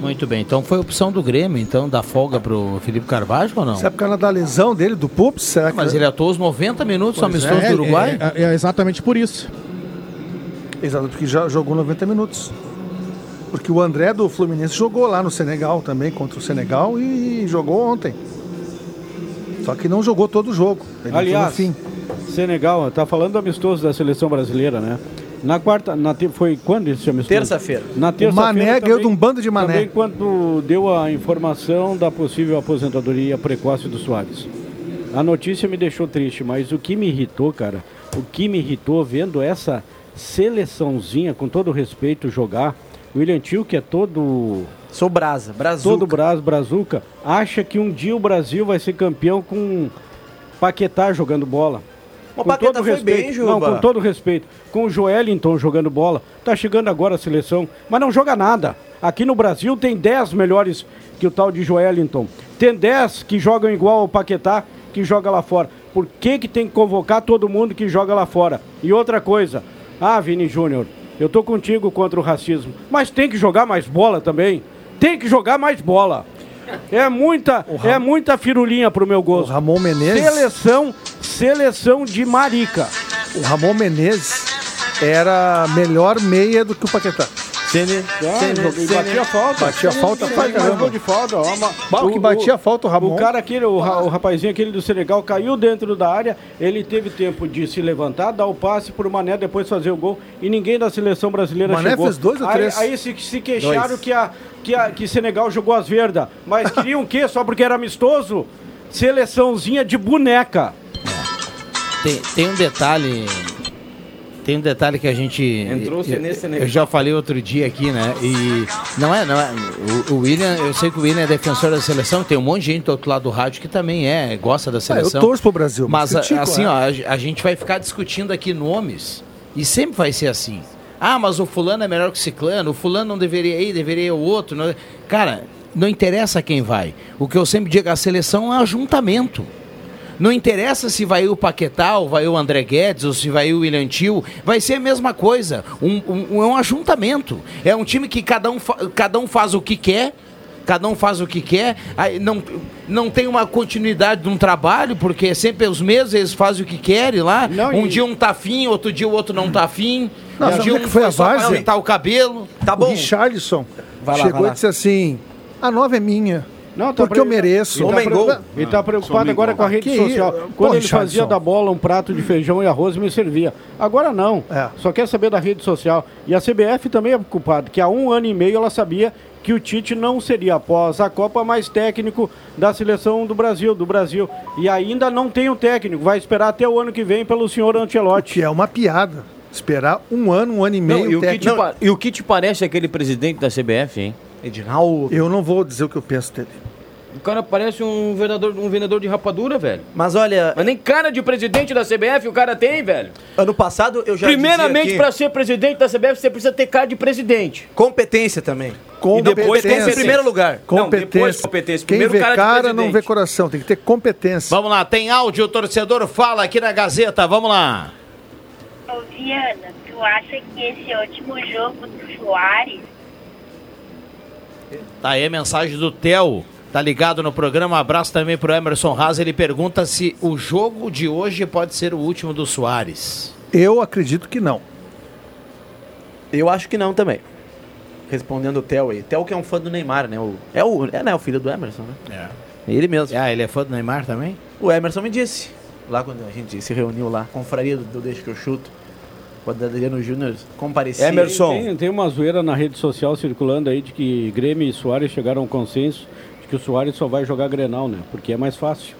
Muito bem, então foi opção do Grêmio, então, dar folga pro Felipe Carvalho ou não?
é
Será por causa da lesão dele, do Pups? Será que. é?
Mas ele atuou os 90 minutos
Pois
amistoso
é,
do Uruguai?
É, é exatamente por isso.
Exato, porque já jogou 90 minutos. Porque o André do Fluminense jogou lá no Senegal também, contra o Senegal, e jogou ontem. Só que não jogou todo o jogo. Ele
Aliás,
entrou no
Senegal, tá falando amistoso da seleção brasileira, né? Na quarta, na te- foi quando esse amistoso?
Terça-feira.
Na
O
terça-feira.
Mané
também-
ganhou de um bando de Mané.
Também quando deu a informação da possível aposentadoria precoce do Soares. A notícia me deixou triste, mas o que me irritou, cara, o que me irritou vendo essa seleçãozinha, com todo respeito, jogar, o William Tio, que é todo.
Sou brasa, brazuca.
Todo brasa, brazuca, acha que um dia o Brasil vai ser campeão com Paquetá jogando bola.
Mas Paquetá foi bem, Juba.
Não, com todo respeito. Com o Joelinton jogando bola. Tá chegando agora a seleção, mas não joga nada. Aqui no Brasil tem 10 melhores que o tal de Joelinton. Tem 10 que jogam igual ao Paquetá que joga lá fora. Por que que tem que convocar todo mundo que joga lá fora? E outra coisa, ah, Vini Júnior, eu tô contigo contra o racismo, mas tem que jogar mais bola também. Tem que jogar mais bola. É muita, é muita firulinha pro meu gosto.
Ramon Menezes.
Seleção, seleção de marica.
fim. O Ramon Menezes era melhor meia do que o Paquetá.
Sene,
É,
Ah,
batia falta.
né? Batia falta pra
Faz mais
caramba.
gol de falta, ó, uma-
Bah, o que batia falta, o Ramon.
O cara aquele, o, ra- o rapazinho aquele do Senegal caiu dentro da área, ele teve tempo de se levantar, dar o passe pro Mané, depois fazer o gol, e ninguém da seleção brasileira
Mané
chegou.
fez dois ou
Aí-
três?
Aí, se, se queixaram
Dois.
que a que a que Senegal jogou as verdas, mas queriam o quê? Só porque era amistoso? Seleçãozinha de boneca.
Tem, tem um detalhe. Tem um detalhe que a gente.
Entrou o
eu,
Senê, Senê.
eu já falei outro dia aqui, né? E. Não é, não é. O, o William, eu sei que o William é defensor da seleção, tem um monte de gente do outro lado do rádio que também é, gosta da seleção.
Ah, torço pro Brasil, mas
Mas, a-
critico,
assim,
é.
ó, a, a gente vai ficar discutindo aqui nomes e sempre vai ser assim. Ah, mas o fulano é melhor que o ciclano, o fulano não deveria ir, deveria o outro. não- Cara, não interessa quem vai. O que eu sempre digo, a seleção é um ajuntamento. Não interessa se vai o Paquetá, ou vai o André Guedes, ou se vai o William Tio, vai ser a mesma coisa. Um- um- um- é um ajuntamento. É um time que cada um, fa- cada um faz o que quer, cada um faz o que quer, aí não, não tem uma continuidade de um trabalho, porque é sempre os mesmos, eles fazem o que querem lá. um
e-
dia um tá afim, outro dia o outro não tá afim.
Não,
um
sabe
dia
como é que foi a
só pra
várzea?
aumentar o cabelo.
Tá
O Richarlison
Vai lá,
chegou
vai lá.
e disse assim: a nova é minha.
Não,
porque eu mereço.
Ele tá, pre- ele tá preocupado agora com a rede
Que
social.
isso?
Quando
Pô,
ele fazia
Richarlison.
da bola um prato de feijão e arroz, me servia. Agora não.
É.
Só quer saber da rede social. E a CBF também é preocupada, que há um ano e meio ela sabia que o Tite não seria, após a Copa, mais técnico da seleção do Brasil, do Brasil. E ainda não tem o técnico. Vai esperar até o ano que vem pelo senhor Ancelotti.
Que é uma piada. Esperar um ano, um ano e meio.
Não, e, o que te
técnico-
pa- e o que te parece aquele presidente da CBF, hein?
Edinaldo.
Eu não vou dizer o que eu penso dele.
O cara parece um vendedor, um vendedor de rapadura, velho.
Mas olha.
Mas nem cara de presidente da CBF o cara tem, velho.
Ano passado eu já
Primeiramente,
dizia aqui-
pra ser presidente da CBF, você precisa ter cara de presidente.
Competência também.
E depois
Competência.
competência.
primeiro lugar.
Competência.
Não, depois competência.
Quem
Primeiro
vê
cara
cara,
de
não vê
presidente.
coração. Tem que ter competência.
Vamos lá, tem áudio, o torcedor fala aqui na Gazeta, vamos lá.
Ô, Viana, tu acha que esse é último jogo do Soares
Tá aí a mensagem do Theo. Tá ligado no programa. Abraço também pro Emerson Haas. Ele pergunta se o jogo de hoje pode ser o último do Soares.
Eu acredito que não.
Eu acho que não também. Respondendo o Theo aí. Theo que é um fã do Neymar, né? O, é, o, é, né? o filho do Emerson, né? É. Ele mesmo.
Ah, ele é fã do Neymar também?
O Emerson me disse. Lá quando a gente se reuniu lá, confraria do, do Deixa que eu chuto. Quando o Adriano Júnior comparecia.
Tem, tem uma zoeira na rede social circulando aí de que Grêmio e Soares chegaram a um consenso de que o Soares só vai jogar Grenal, né? Porque é mais fácil.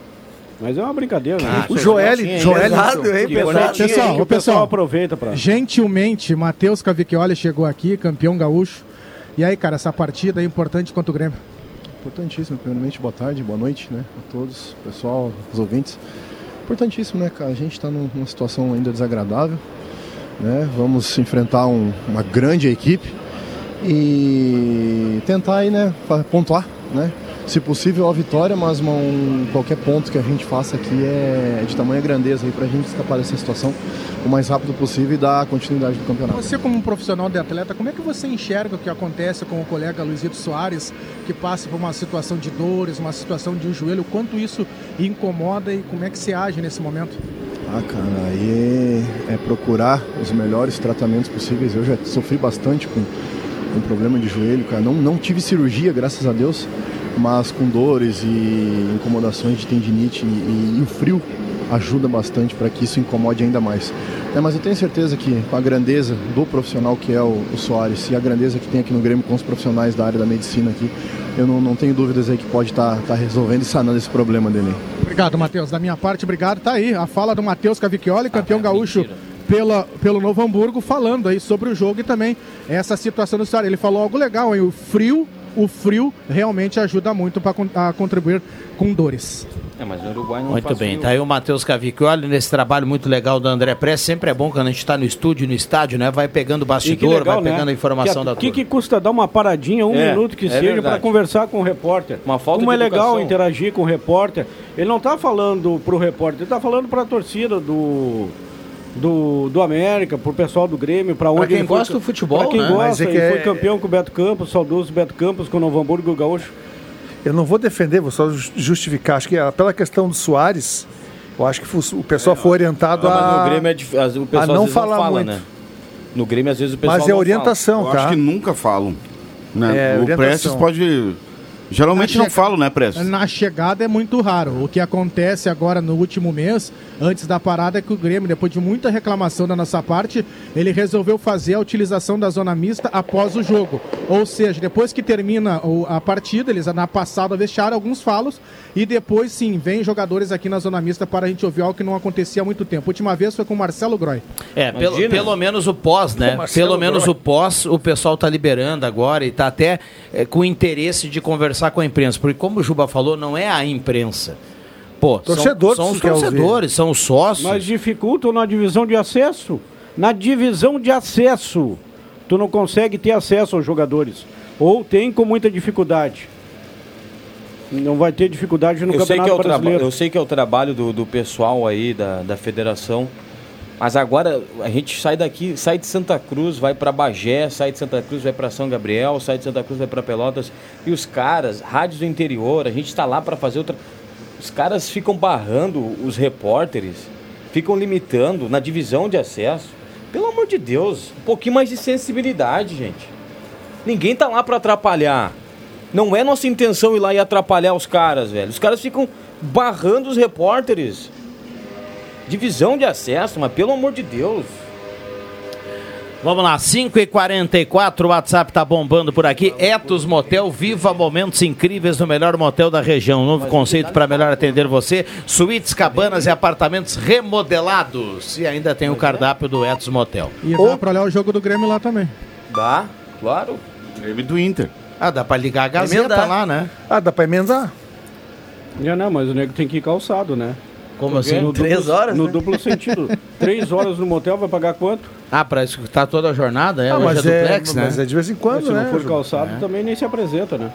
Mas é uma brincadeira, né?
Ah, O Joel- Joel- Joel- Pesado, hein?
Que
Pesado.
bonitinho,
Pessoal,
hein, que o pessoal
pessoal.
aproveita pra...
Gentilmente, Matheus Cavicchioli chegou aqui, campeão gaúcho. E aí, cara, essa partida é importante contra o Grêmio.
Importantíssimo, primeiramente, boa tarde, boa noite, né, a todos, pessoal, os ouvintes. Importantíssimo, né, cara, a gente está numa situação ainda desagradável, né, vamos enfrentar um- uma grande equipe e tentar aí, né, fa- pontuar, né, se possível a vitória, mas uma- um- qualquer ponto que a gente faça aqui é de tamanha grandeza aí pra gente escapar dessa situação o mais rápido possível e dar continuidade do campeonato.
Você, como um profissional de atleta, como é que você enxerga o que acontece com o colega Luizito Soares, que passa por uma situação de dores, uma situação de um joelho? Quanto isso incomoda e como é que você age nesse momento?
Ah, cara, aí é procurar os melhores tratamentos possíveis. Eu já sofri bastante com, com problema de joelho, cara. Não, não tive cirurgia, graças a Deus, mas com dores e incomodações de tendinite e, e- e o frio ajuda bastante para que isso incomode ainda mais. É, mas eu tenho certeza que com a grandeza do profissional que é o, o Soares e a grandeza que tem aqui no Grêmio com os profissionais da área da medicina aqui, eu não, não tenho dúvidas aí que pode estar resolvendo e sanando esse problema dele.
Obrigado, Matheus. Da minha parte, obrigado. Tá aí a fala do Matheus Cavicchioli, campeão
Ah, é,
gaúcho pela, pelo Novo Hamburgo, falando aí sobre o jogo e também essa situação do Ceará. Ele falou algo legal, hein? O frio, o frio realmente ajuda muito para a contribuir com dores.
É, mas o Uruguai não
Muito
faz
bem,
frio.
tá aí o Matheus Cavicchioli nesse trabalho muito legal do André Press. Sempre é bom quando a gente tá no estúdio, no estádio, né? Vai pegando o
E que
bastidor,
legal,
vai
né?
pegando a informação
que,
da
O que, que custa dar uma paradinha, um
É,
minuto que
é
seja,
verdade.
para conversar com o repórter?
Uma falta
Como
de
é legal
educação.
interagir com o repórter. Ele não tá falando pro repórter, ele tá falando pra torcida do. Do, do América, pro pessoal do Grêmio, pra onde
quem
ele foi-
gosta do futebol,
pra quem
né? Mas
gosta,
é
ele
que
foi
é-
campeão com o Beto Campos, saudoso Beto Campos, com o Novo Hamburgo e o Gaúcho.
Eu não vou defender, vou só ju- justificar. Acho que ah, pela questão do Soares, eu acho que fu- o pessoal foi orientado
Não, mas
a.
É, no Grêmio é dif- as- o pessoal
a
às
Ah. não
vezes
falar
não fala,
muito.
né? No Grêmio às vezes o pessoal
Mas é
não fala.
orientação,
Eu
tá?
acho que nunca falam.
É,
Né? o
orientação.
Prestes pode. Geralmente
Na
não
che-
falam, né, Prestes?
Na chegada é muito raro. O que acontece agora no último mês, antes da parada, é que o Grêmio, depois de muita reclamação da nossa parte, ele resolveu fazer a utilização da zona mista após o jogo. Ou seja, depois que termina o- a partida, eles na passada deixaram alguns falos e depois sim, vem jogadores aqui na zona mista para a gente ouvir algo que não acontecia há muito tempo. A última vez foi com o Marcelo Groy.
É, pelo,
Imagina.
pelo menos o pós, né?
Pô,
assim,
Marcelo
Pelo menos
Groy.
o pós, o pessoal tá liberando agora e tá até eh, com interesse de conversar com a imprensa. Porque como o Juba falou, não é a imprensa. Pô, são-
Torcedores
são,
que
os
quer ouvir.
torcedores, são os sócios.
Mas dificultam na divisão de acesso. Na divisão de acesso, tu não consegue ter acesso aos jogadores. Ou tem com muita dificuldade. Não vai ter dificuldade no
eu sei, que
Campeonato
é o traba-
Brasileiro.
eu sei que é o trabalho do, do pessoal aí, da, da federação. Mas agora a gente sai daqui, sai de Santa Cruz, vai pra Bagé, sai de Santa Cruz, vai pra São Gabriel, sai de Santa Cruz, vai pra Pelotas. E os caras, rádios do interior, a gente tá lá pra fazer outra. Os caras ficam barrando os repórteres, ficam limitando na divisão de acesso. Pelo amor de Deus, um pouquinho mais de sensibilidade, gente. Ninguém tá lá pra atrapalhar. Não é nossa intenção ir lá e atrapalhar os caras, velho. Os caras ficam barrando os repórteres. Divisão de acesso, mas pelo amor de Deus.
Vamos lá, 5h44, o WhatsApp tá bombando por aqui. Etos Motel, viva momentos incríveis no melhor motel da região. Um Novo conceito para melhor atender você. Suítes, cabanas e apartamentos remodelados. E ainda tem o cardápio do Etos Motel.
E dá para olhar o jogo do Grêmio lá também.
Dá, claro.
Grêmio do Inter.
Ah, dá pra ligar a Gazeta
Emendar.
lá, né?
Ah, dá pra emendar?
Já não, É, né, mas o nego tem que ir calçado, né?
Como assim?
No
Três
duplo,
horas,
No
né?
duplo sentido. Três horas no motel vai pagar quanto?
Ah, pra escutar toda a jornada, é?
Ah,
Hoje
mas
é
é-
duplex, né?
mas é de vez em quando, Se não né, for Ju? calçado,
É.
Também nem se apresenta, né?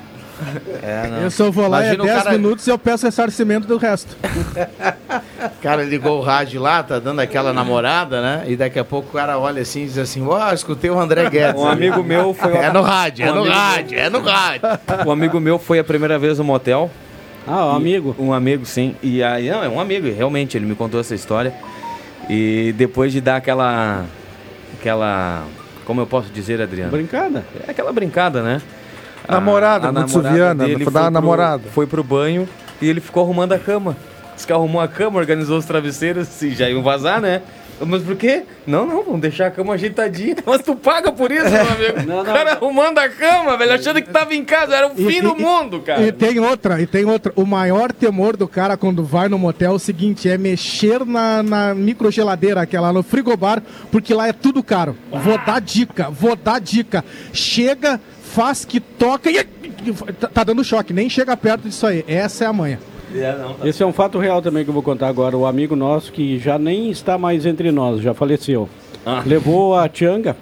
É, não.
Eu só vou lá
Imagina
é
o
10
cara-
minutos e eu peço ressarcimento do resto.
O cara ligou o rádio lá, tá dando aquela namorada, né? E daqui a pouco o cara olha assim e diz assim: Ó, escutei o André Guedes.
Um amigo meu foi
É no rádio, é
Um
no
amigo-
rádio, é no rádio.
Um amigo meu foi a primeira vez no motel.
Ah, um amigo?
Um amigo, sim. E aí, não, é um amigo, realmente, ele me contou essa história. E depois de dar aquela. aquela. Como eu posso dizer, Adriano?
Brincada.
É aquela brincada, né?
Namorada, muito suviana, foi dar uma namorada.
Pro, foi pro banho e ele ficou arrumando a cama. Diz que arrumou a cama, organizou os travesseiros e já iam vazar, né? Mas por quê? Não, não, vamos deixar a cama ajeitadinha. Mas tu paga por isso, meu amigo. o cara arrumando a cama, velho, achando que tava em casa. Era o
E-
fim
e-
do mundo, cara.
É.
E tem outra, e tem outra. O maior temor do cara quando vai no motel é o seguinte: é mexer na, na microgeladeira, aquela no frigobar, porque lá é tudo caro. Vou dar dica, vou dar dica. Chega, faz que toca e. Tá, tá dando choque, nem chega perto disso aí. Essa é a manha.
Esse é um fato real também que eu vou contar agora. O amigo nosso que já nem está mais entre nós, já faleceu. Levou a Tianga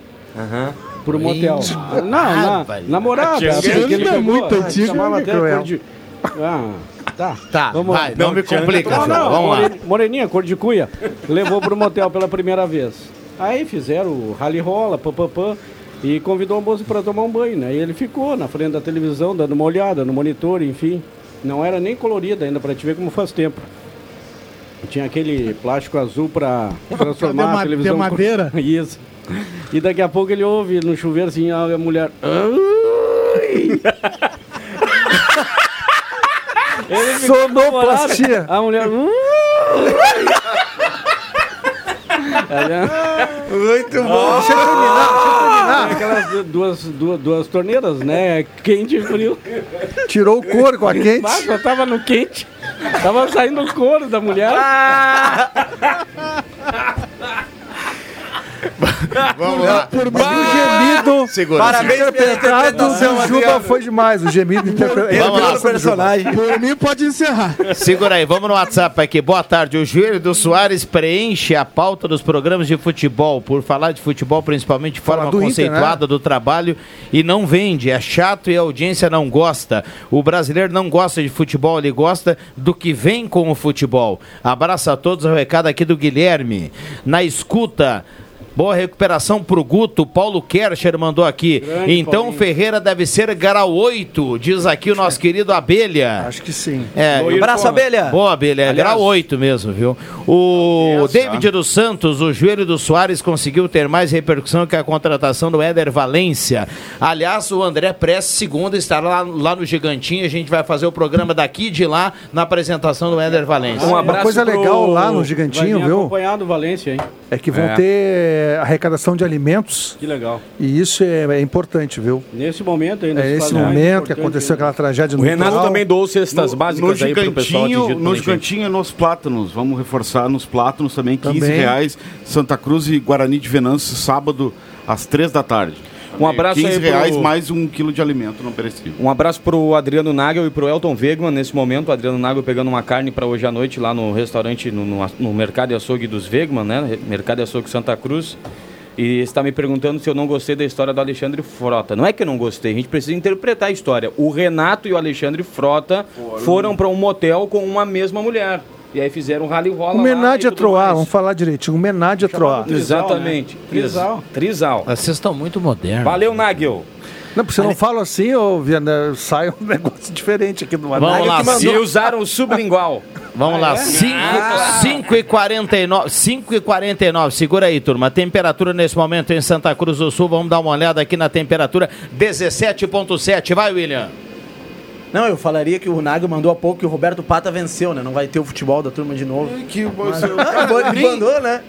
pro motel.
Ah,
Não, na,
velho.
namorada.
A Tianga
porque
é
ele pegou,
muito
ah,
antiga,
chamava
é
até
cruel.
cor de- Ah, tá.
Tá, vai, não me
Tianga-
complica,
Não,
João,
não,
vamos lá.
more- Moreninha, cor de cuia. Levou pro motel pela primeira vez. Aí fizeram o rally rola, pam, pam, pam, e convidou o moço para tomar um banho, né? E ele ficou na frente da televisão, dando uma olhada no monitor, enfim. Não era nem colorida ainda, para te ver como faz tempo. Tinha aquele plástico azul para transformar
ma-
a televisão.
de madeira?
Isso. E daqui a pouco ele ouve no chuveiro assim, a mulher. "Ai!" Ele ficou
Sonoplastia.
bolado. A mulher. Muito
bom. Deixa eu terminar, deixa eu terminar.
Aquelas duas, duas, duas torneiras, né? Quente e frio.
Tirou o couro com a quente.
Mas eu tava no quente. Tava saindo o couro da mulher.
Vamos lá. Por meio
Ah!
gemido.
Segura.
Parabéns
Segura.
pela interpretação,
Adriano.
O
é-
Juba foi demais. O gemido interpre- interpretado pelo personagem.
Por mim pode encerrar.
Segura aí, vamos no WhatsApp aqui. Boa tarde. O joelho do Soares preenche a pauta dos programas de futebol. Por falar de futebol, principalmente de forma
do Inter,
conceituada do trabalho, e não vende. É chato e a audiência não gosta. O brasileiro não gosta de futebol, ele gosta do que vem com o futebol. Abraço a todos. O recado aqui do Guilherme. Na escuta. Boa recuperação pro Guto. Paulo Kercher mandou aqui.
Grande
então
Paulinho.
Ferreira deve ser grau 8, diz aqui o nosso querido Abelha.
Acho que sim.
É,
Boa,
e o-
abraço, Abelha.
Boa, Abelha. É
Aliás-
grau 8 mesmo, viu? O David dos Santos, o joelho do Soares, conseguiu ter mais repercussão que a contratação do Éder Valência. Aliás, o André Press, segunda, estará lá, lá no Gigantinho. A gente vai fazer o programa daqui e de lá na apresentação do Éder Valência.
Um abraço
Uma coisa
pro-
legal lá no Gigantinho,
vai vir
viu?
acompanhado o Valência, hein?
É que vão
É.
ter arrecadação de alimentos.
Que legal.
E isso é, é importante, viu?
Nesse momento ainda.
É
né?
se
esse
fala mais
momento que
importante
aconteceu
ainda.
aquela tragédia no
O Renato
Então,
litoral.
também doou cestas básicas
no
aí pro pessoal atingir
gigantinho,
também,
no
gente.
gigantinho e nos plátanos. Vamos reforçar nos plátanos também, 15
Também.
reais. Santa Cruz e Guarani de Venâncio, sábado, às 3 da tarde.
Um abraço
15
aí pro-
reais mais um quilo de alimento não perecível.
Um abraço pro Adriano Nagel e pro Elton Wegman nesse momento. O Adriano Nagel pegando uma carne para hoje à noite lá no restaurante, no, no, a- no Mercado e Açougue dos Wegman, né? Mercado e Açougue Santa Cruz. E está me perguntando se eu não gostei da história do Alexandre Frota. Não é que eu não gostei, a gente precisa interpretar a história. O Renato e o Alexandre Frota foram para um motel com uma mesma mulher. E aí fizeram um rally rola.
Homenagem a
lá e tudo
Troá,
mais.
vamos falar direitinho. Um Homenagem a Troá.
Exatamente.
Trisal.
Trisal. Trisal.
Vocês estão muito modernos.
Valeu, Nagel.
Não, porque se eu não falo assim, ô Viana, sai um negócio diferente aqui do
Vamos lá,
E usaram o sublingual.
Vamos lá, 5 e 49 5 e 49 segura aí, turma. Temperatura nesse momento em Santa Cruz do Sul. Vamos dar uma olhada aqui na temperatura: 17,7. Vai, William.
Não, eu falaria que o Nago mandou há pouco que o Roberto Pata venceu, né? Não vai ter o futebol da turma de novo.
É Que
Mas... Ah, agora ele mandou, né?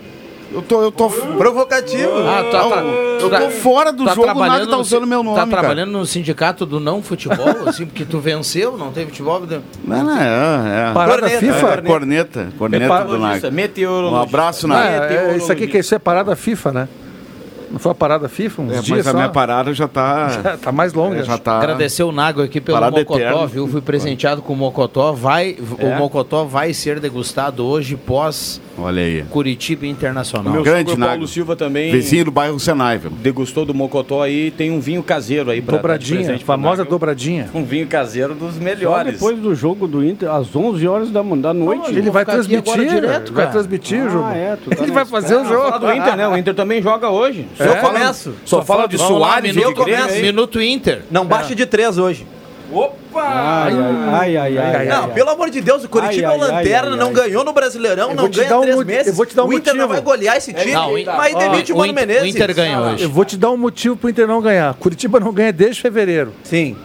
Eu tô, eu tô
provocativo.
Ah, tá, tá,
eu tô fora do jogo, o Nagel tá usando meu nome,
Tá
cara.
trabalhando no sindicato do não futebol, assim, porque tu venceu, não teve futebol.
Não, não, é, é.
Parada
Corneta,
FIFA?
é, Corneta. Corneta do
Meteorologista,
é?
Nagel.
meteorologista.
Um abraço,
Ah,
Nagel.
é, é, isso aqui que isso é parada FIFA, né? Não foi a parada FIFA? Uns
É,
dias
mas a
só?
minha parada já tá.
Já tá mais longa.
É, já tá.
Agradecer o Nago aqui pelo
Parada
Mocotó,
eterna.
viu? Fui presenteado com o Mocotó. Vai,
É?
O Mocotó vai ser degustado hoje pós
Olha aí.
Curitiba
O
Internacional.
meu
Grande
sogro Paulo
Nago.
Silva também.
Vizinho do bairro Senai, viu?
Degustou do Mocotó aí, tem um vinho caseiro aí pra
Tá
dar de
Dobradinha,
presente pro
famosa
né?
Nago.
dobradinha.
Um vinho caseiro dos
Só
melhores.
depois do jogo do Inter, às 11 horas da, da noite.
Ele vai transmitir, né? vai transmitir o jogo.
Ah, é, tu tá
Ele
na
vai
espera.
fazer o
Ah,
jogo.
falar do Inter, né? O Inter também joga hoje.
Só
É?
começo. É.
Só fala de
Vamos lá,
Soares,
minuto
de Grêmio.
começo.
Minuto Inter.
Não baixa de três hoje.
Opa!
Ai, ai, ai, ai,
É,
ai,
não,
ai.
pelo amor de Deus, o Curitiba
Ai,
é o
ai,
lanterna,
ai,
não
ai.
ganhou no Brasileirão,
Eu
não
vou te
ganha
dar um
três
mo-
meses.
eu vou te dar um
o Inter não vai
motivo.
golear esse time,
Não, o Inter-
mas
ó,
demite o
o
Mano
Inter- o
Menezes.
Inter ganha hoje.
Eu vou te dar um motivo pro Inter não ganhar. Curitiba não ganha desde fevereiro.
Sim.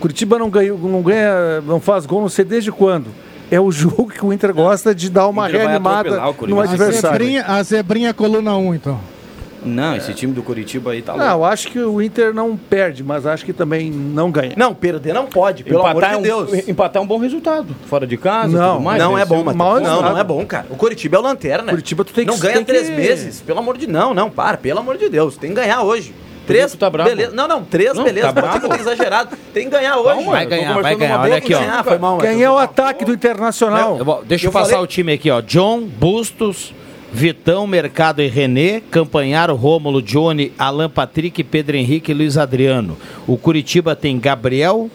Curitiba não ganha, não ganha, não faz gol, não sei desde quando. é o jogo que o Inter gosta de dar uma
Inter vai
reanimada
atropelar o Corinthians.
no
A
adversário.
Zebrinha, a zebrinha coluna 1, então.
Não, esse time do Curitiba aí tá louco.
Não, Ah, eu acho que o Inter não perde, mas acho que também não ganha.
Não, perder não pode,
pelo amor de Deus. Empatar é um bom resultado. Fora de casa,
Não,
tudo mais.
não é
vencer
bom,
um
Matheus.
mau
Não,
resultado.
não é bom, cara. O Curitiba é o lanterna.
Curitiba tu tem que-
Não ganha
tem que-
três meses, pelo amor de... Não, não, para, pelo amor de Deus. Tem que ganhar hoje. Três, tá
bravo.
beleza. Não, não, três,
Não,
beleza.
tá
Tá
bravo.
exagerado. Tem que ganhar hoje.
Vai
Eu tô
ganhar, vai
conversando
ganhar.
numa
Olha
boa,
aqui, ó.
ganhar, foi mal,
Quem é o ataque do Internacional?
Eu vou- deixa eu,
Eu
passar
falei-
o time aqui, ó. John, Bustos, Vitão, Mercado e René, Campanharo, Rômulo, Johnny, Alan Patrick, Pedro Henrique e Luiz Adriano. O Curitiba tem Gabriel,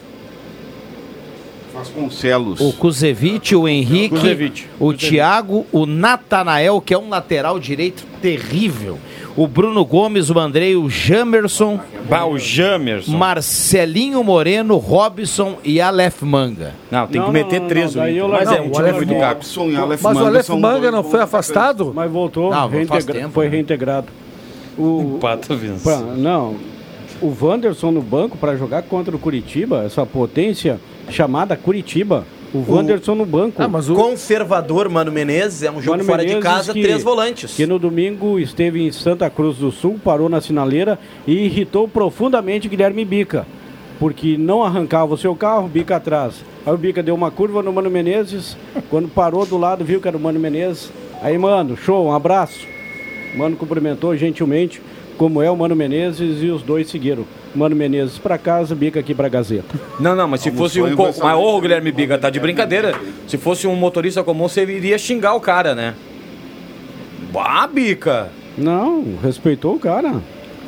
Vasconcelos.
o Kuzevic, o Henrique,
Kuzevic.
o Thiago, o Natanael, que é um lateral direito terrível. O Bruno Gomes, o Andrei, o Jamerson.
Bah, o Jamerson.
Marcelinho Moreno, Robson e Aleph Manga.
Não, tem que Não, meter não, não, três, não, o daí Inter. eu Mas é, largo. um time muito caro.
e Aleph
Mas o
Manga
Aleph
são
Manga
dois
não
bons
foi
atacantes.
afastado?
Mas voltou,
Não,
reintegra-
faz tempo,
foi
né?
reintegrado. O,
Empata, Vinícius.
Pra- não, o Wanderson no banco para jogar contra o Curitiba, essa potência chamada Curitiba. O Wanderson no banco.
Ah, mas o conservador Mano Menezes é um jogo
Mano
fora de
Menezes
casa,
que-
três volantes.
Que no domingo esteve em Santa Cruz do Sul, parou na sinaleira e irritou profundamente Guilherme Bica. Porque não arrancava o seu carro, Bica atrás. Aí o Bica deu uma curva no Mano Menezes. Quando parou do lado, viu que era o Mano Menezes. Aí, mano, show, um abraço. Mano cumprimentou gentilmente, como é o Mano Menezes, e os dois seguiram. Mano Menezes pra casa, Bica aqui pra Gazeta.
Não, não, mas se
Almoçou
fosse um.
em
co-
Gonçalves.
Mas, ô, Guilherme Biga, tá de brincadeira. Se fosse um motorista comum, você iria xingar o cara, né? Bah, Bica.
Não, respeitou o cara.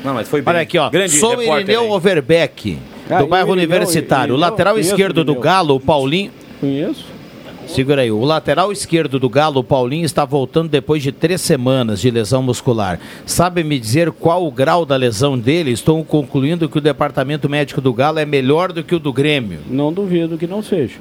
Não, mas foi bem.
Olha aqui, ó.
Grande
Sou
repórter,
Irineu
hein?
Overbeck,
Ah,
do
e o
bairro
Irineu,
Universitário. O
Irineu,
lateral
conheço o
esquerdo do
Irineu.
Galo, o Paulinho.
Conheço.
Segura aí. O lateral esquerdo do Galo, o Paulinho, está voltando depois de três semanas de lesão muscular. Sabe me dizer qual o grau da lesão dele? Estou concluindo que o departamento médico do Galo é melhor do que o do Grêmio.
Não duvido que não seja.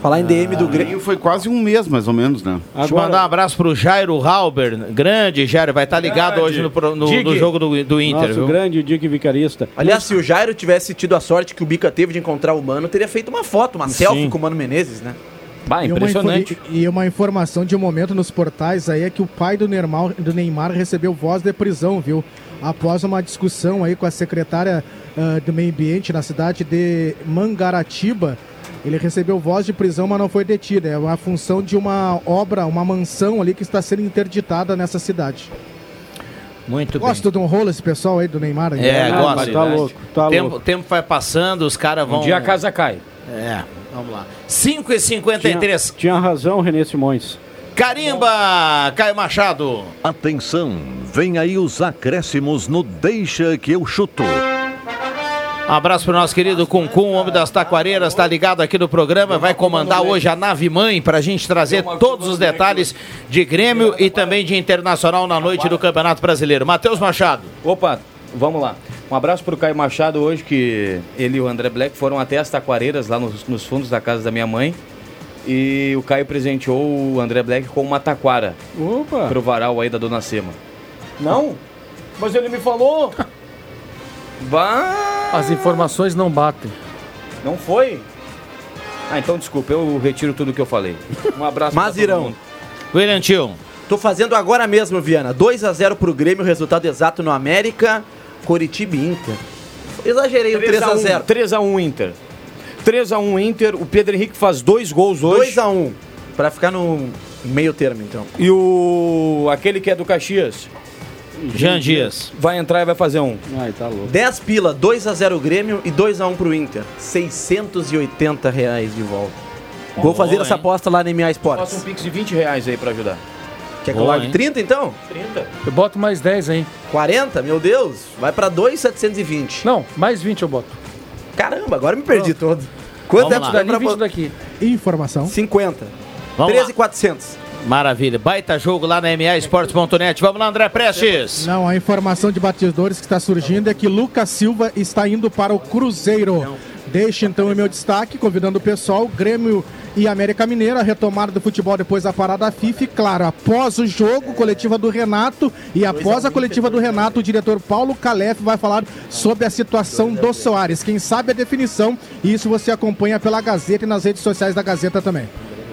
Falar em DM
do Grêmio foi quase um mês, mais ou menos, né?
Deixa eu mandar um abraço pro Jairo Halber. Grande, Jairo. Vai estar ligado
Grande.
hoje no, pro- no-
Dig.
no jogo do, do Inter,
Nosso
viu?
grande Dick Vicarista.
Aliás, se o Jairo tivesse tido a sorte que o Bica teve de encontrar o Mano, teria feito uma foto, uma selfie com o Mano Menezes, né?
Bah,
E uma info- E e uma informação de um momento nos portais aí é que o pai do Neymar, do Neymar recebeu voz de prisão, viu? Após uma discussão aí com a secretária ah, do meio ambiente na cidade de Mangaratiba, ele recebeu voz de prisão, mas não foi detido. É a função de uma obra, uma mansão ali que está sendo interditada nessa cidade.
Muito bem.
Gosta de um rolo esse pessoal aí do Neymar? aí?
É, gosta.
tá louco, tá
tempo,
louco.
tempo vai passando, os caras vão.
Um dia a casa cai.
É, vamos lá. 5 e 53
Tinha, tinha razão, René Simões.
Carimba, Caio Machado.
Atenção, vem aí os acréscimos no Deixa que eu chuto.
Abraço pro nosso querido Cuncum, homem das taquareiras, tá ligado aqui no programa, vai comandar hoje a nave mãe pra gente trazer todos os detalhes de Grêmio e também de Internacional na noite do Campeonato Brasileiro. Matheus Machado.
Opa, vamos lá. Um abraço pro Caio Machado hoje, que ele e o André Black foram até as taquareiras lá nos, nos fundos da casa da minha mãe. E o Caio presenteou o André Black com uma taquara
Opa!
pro varal aí da Dona Sema.
Não? Mas ele me falou!
Bah!
As informações não batem.
Não foi? Ah, então desculpa, eu retiro tudo que eu falei. Um abraço pra
Mas
todo
irão.
mundo.
William Tio.
Tô fazendo agora mesmo, Viana. 2 a 0 pro Grêmio, resultado exato no América, Coritiba e Inter. Exagerei o 3
um.
a 0.
3x1 Inter. 3x1 Inter. O Pedro Henrique faz dois gols hoje.
2 a 1 para ficar no meio termo então.
E o aquele que é do Caxias?
Jean Dias.
Vai entrar e vai fazer um.
Ai, tá louco.
10 pila, 2 a 0 Grêmio e 2 a 1 pro Inter. 680 reais de volta. Vou
Boa,
fazer essa
hein?
aposta lá na MA
Faça um
Sports.
pix de 20 reais aí pra ajudar.
Quer que eu
Boa,
largue
hein?
30 então?
30.
Eu boto mais 10 aí.
40? Meu Deus, vai pra 2,720.
Não, mais 20 eu boto.
Caramba, agora me perdi todo. Quanto
Vamos
é
lá.
que dá pra
Nem 20
botar?
daqui.
Informação.
50.
Vamos lá.
13,400.
Maravilha, baita jogo lá na maesportes.net. Vamos lá, André Prestes.
Não, a informação de batidores que está surgindo é que Lucas Silva está indo para o Cruzeiro. Deixa então o meu destaque, convidando o pessoal, Grêmio e América Mineira, a retomada do futebol depois da parada FIFA. E, claro, após o jogo, coletiva do Renato. E após a coletiva do Renato, o diretor Paulo Calef vai falar sobre a situação do Soares. Quem sabe a definição, e isso você acompanha pela Gazeta e nas redes sociais da Gazeta também.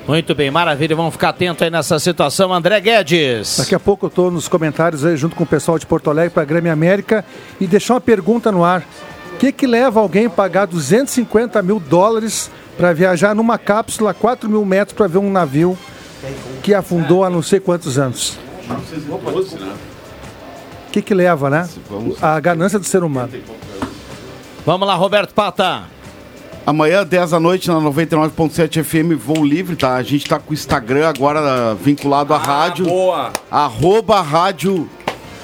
Muito bem, maravilha. Vamos ficar atento aí nessa situação. André Guedes.
Daqui a pouco eu estou nos comentários aí junto com o pessoal de Porto Alegre para a Grêmio América e deixar uma pergunta no ar. O que, que leva alguém a pagar 250 mil dólares para viajar numa cápsula a 4 mil metros para ver um navio que afundou há não sei quantos anos? O que, que leva, né? A ganância do ser humano.
Vamos lá, Roberto Pata.
Amanhã, 10 da noite, na 99.7 FM, voo livre, tá? A gente tá com o Instagram agora vinculado à rádio.
boa.
Arroba rádio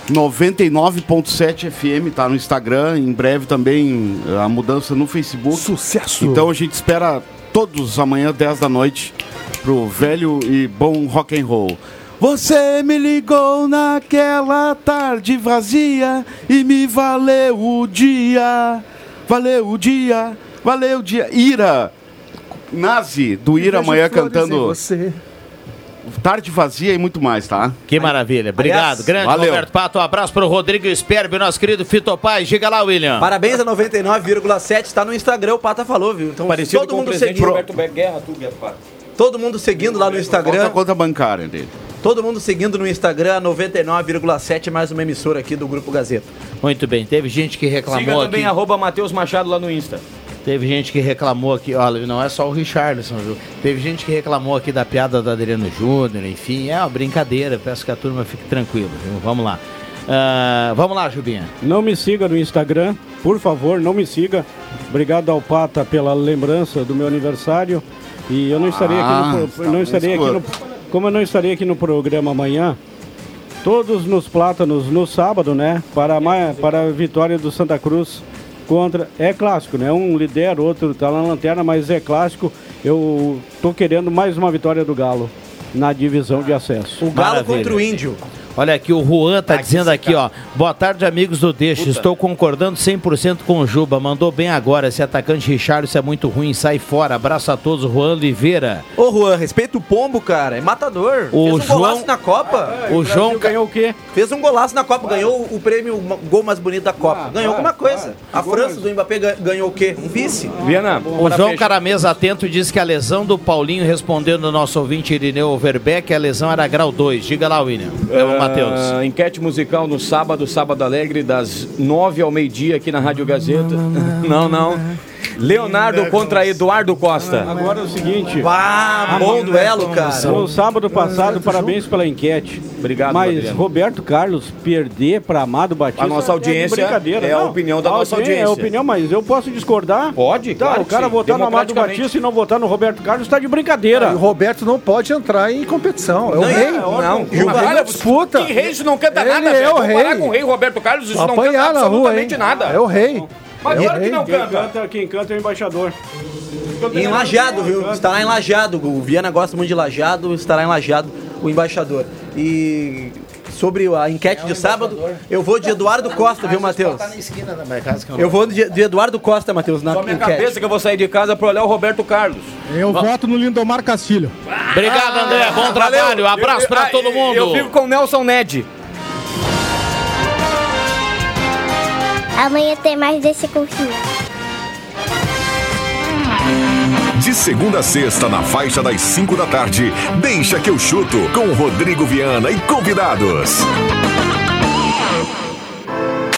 99.7 FM, tá? No Instagram. Em breve também eh, a mudança no Facebook.
Sucesso!
Então a gente espera todos amanhã, 10 da noite, pro velho e bom rock and roll. Você me ligou naquela tarde vazia e me valeu o dia. Valeu o dia, valeu o dia. Ira! Nazi do Ira amanhã cantando Tarde Vazia e muito mais, tá?
Que maravilha. Obrigado. Grande
Valeu.
Roberto Pato. Um abraço pro Rodrigo Esperbe, nosso querido Fito Paz. Diga lá, William.
Parabéns a 99,7, tá no Instagram, o Pata falou, viu? Então
Parecido
todo
com o
mundo
presidente
seguindo.
Roberto Guerra, tu, Guerra Pato.
Todo mundo seguindo lá no Instagram.
Conta, conta bancária dele.
Todo mundo seguindo no Instagram, 99,7, mais uma emissora aqui do Grupo Gazeta.
Muito bem. Teve gente que
Siga
reclamou
também,
aqui.
arroba Matheus Machado lá no Insta.
Teve gente que reclamou aqui, olha, não é só o Richarlison, viu? Teve gente que reclamou aqui da piada do Adriano Júnior, enfim, é uma brincadeira, peço que a turma fique tranquila, viu? Vamos lá. Ah, vamos lá, Jubinha.
Não me siga no Instagram, por favor, não me siga. Obrigado ao Pata pela lembrança do meu aniversário. E eu não estarei
Ah,
aqui no, pro-
está
não estarei aqui no-
escuro.
como eu não estarei aqui no programa amanhã, todos nos plátanos no sábado, né? Para a, ma- para a vitória do Santa Cruz contra é clássico, né? Um lidera, outro tá na lanterna, mas é clássico. Eu tô querendo mais uma vitória do Galo na divisão de acesso. O
Galo contra o Índio.
Olha aqui, o Juan tá dizendo aqui, ó. Boa tarde, amigos do Deixa.
Puta.
Estou concordando 100% com o Juba. Mandou bem agora. Esse atacante Richarlison é muito ruim. Sai fora. Abraço a todos. Juan Oliveira.
Ô, Juan, respeita o pombo, cara. É matador.
O
Fez um
João-
golaço na Copa.
O O Brasil João-
ganhou o quê?
Fez um golaço na Copa. Ganhou o prêmio ma- gol mais bonito da Copa. ganhou
claro,
alguma coisa. A França do Mbappé ga- ganhou o quê? Um vice.
Viana,
O João Caramês Atento diz que a lesão do Paulinho, respondendo ao nosso ouvinte Irineu Overbeck, a lesão era grau 2. Diga lá, William. É o Matheus.
Ah, enquete musical no sábado, sábado alegre, das nove ao meio-dia aqui na Rádio Gazeta. Não, não. Leonardo contra Eduardo Costa.
Agora é o seguinte.
Pá, Ah, bom duelo, cara.
No sábado passado, parabéns pela enquete.
Obrigado,
Mas
Adriano.
Roberto Carlos perder para Amado Batista.
A nossa
é
audiência
brincadeira,
é a
não.
opinião da nossa
audi- É a
audiência.
opinião, mas eu posso discordar?
Pode,
Tá,
claro
O
que
cara
sim,
votar no Amado
democraticamente.
Batista e não votar no Roberto Carlos tá de brincadeira.
O Roberto não pode entrar em competição. É o
Não,
rei.
é, não.
E o
Olha,
rei disputa.
Que rei, isso não canta
Ele
nada,
é
velho.
o
Comparar
rei.
com o rei Roberto Carlos, isso
Vai
não canta
apanhar na rua,
absolutamente
hein?
nada.
É o rei.
Mas
É o
claro que
rei.
não
Quem
canta.
canta, quem canta é o embaixador.
Em Lajado, viu? Estará em Lajado. O Viana gosta muito de Lajado, estará em Lajado o embaixador. E sobre a enquete de sábado, eu vou de Eduardo Costa, viu, Matheus? Eu vou de, de Eduardo Costa, Matheus, na
Só minha
enquete.
cabeça que eu vou sair de casa pra olhar o Roberto Carlos.
Eu voto no Lindomar Castilho.
Obrigado, André. Bom trabalho. Abraço pra
Ah,
todo mundo.
Eu vivo com o Nelson Ned.
Amanhã tem mais desse cursinho.
De segunda a sexta, na faixa das 5 da tarde, deixa que eu chuto com Rodrigo Viana e convidados.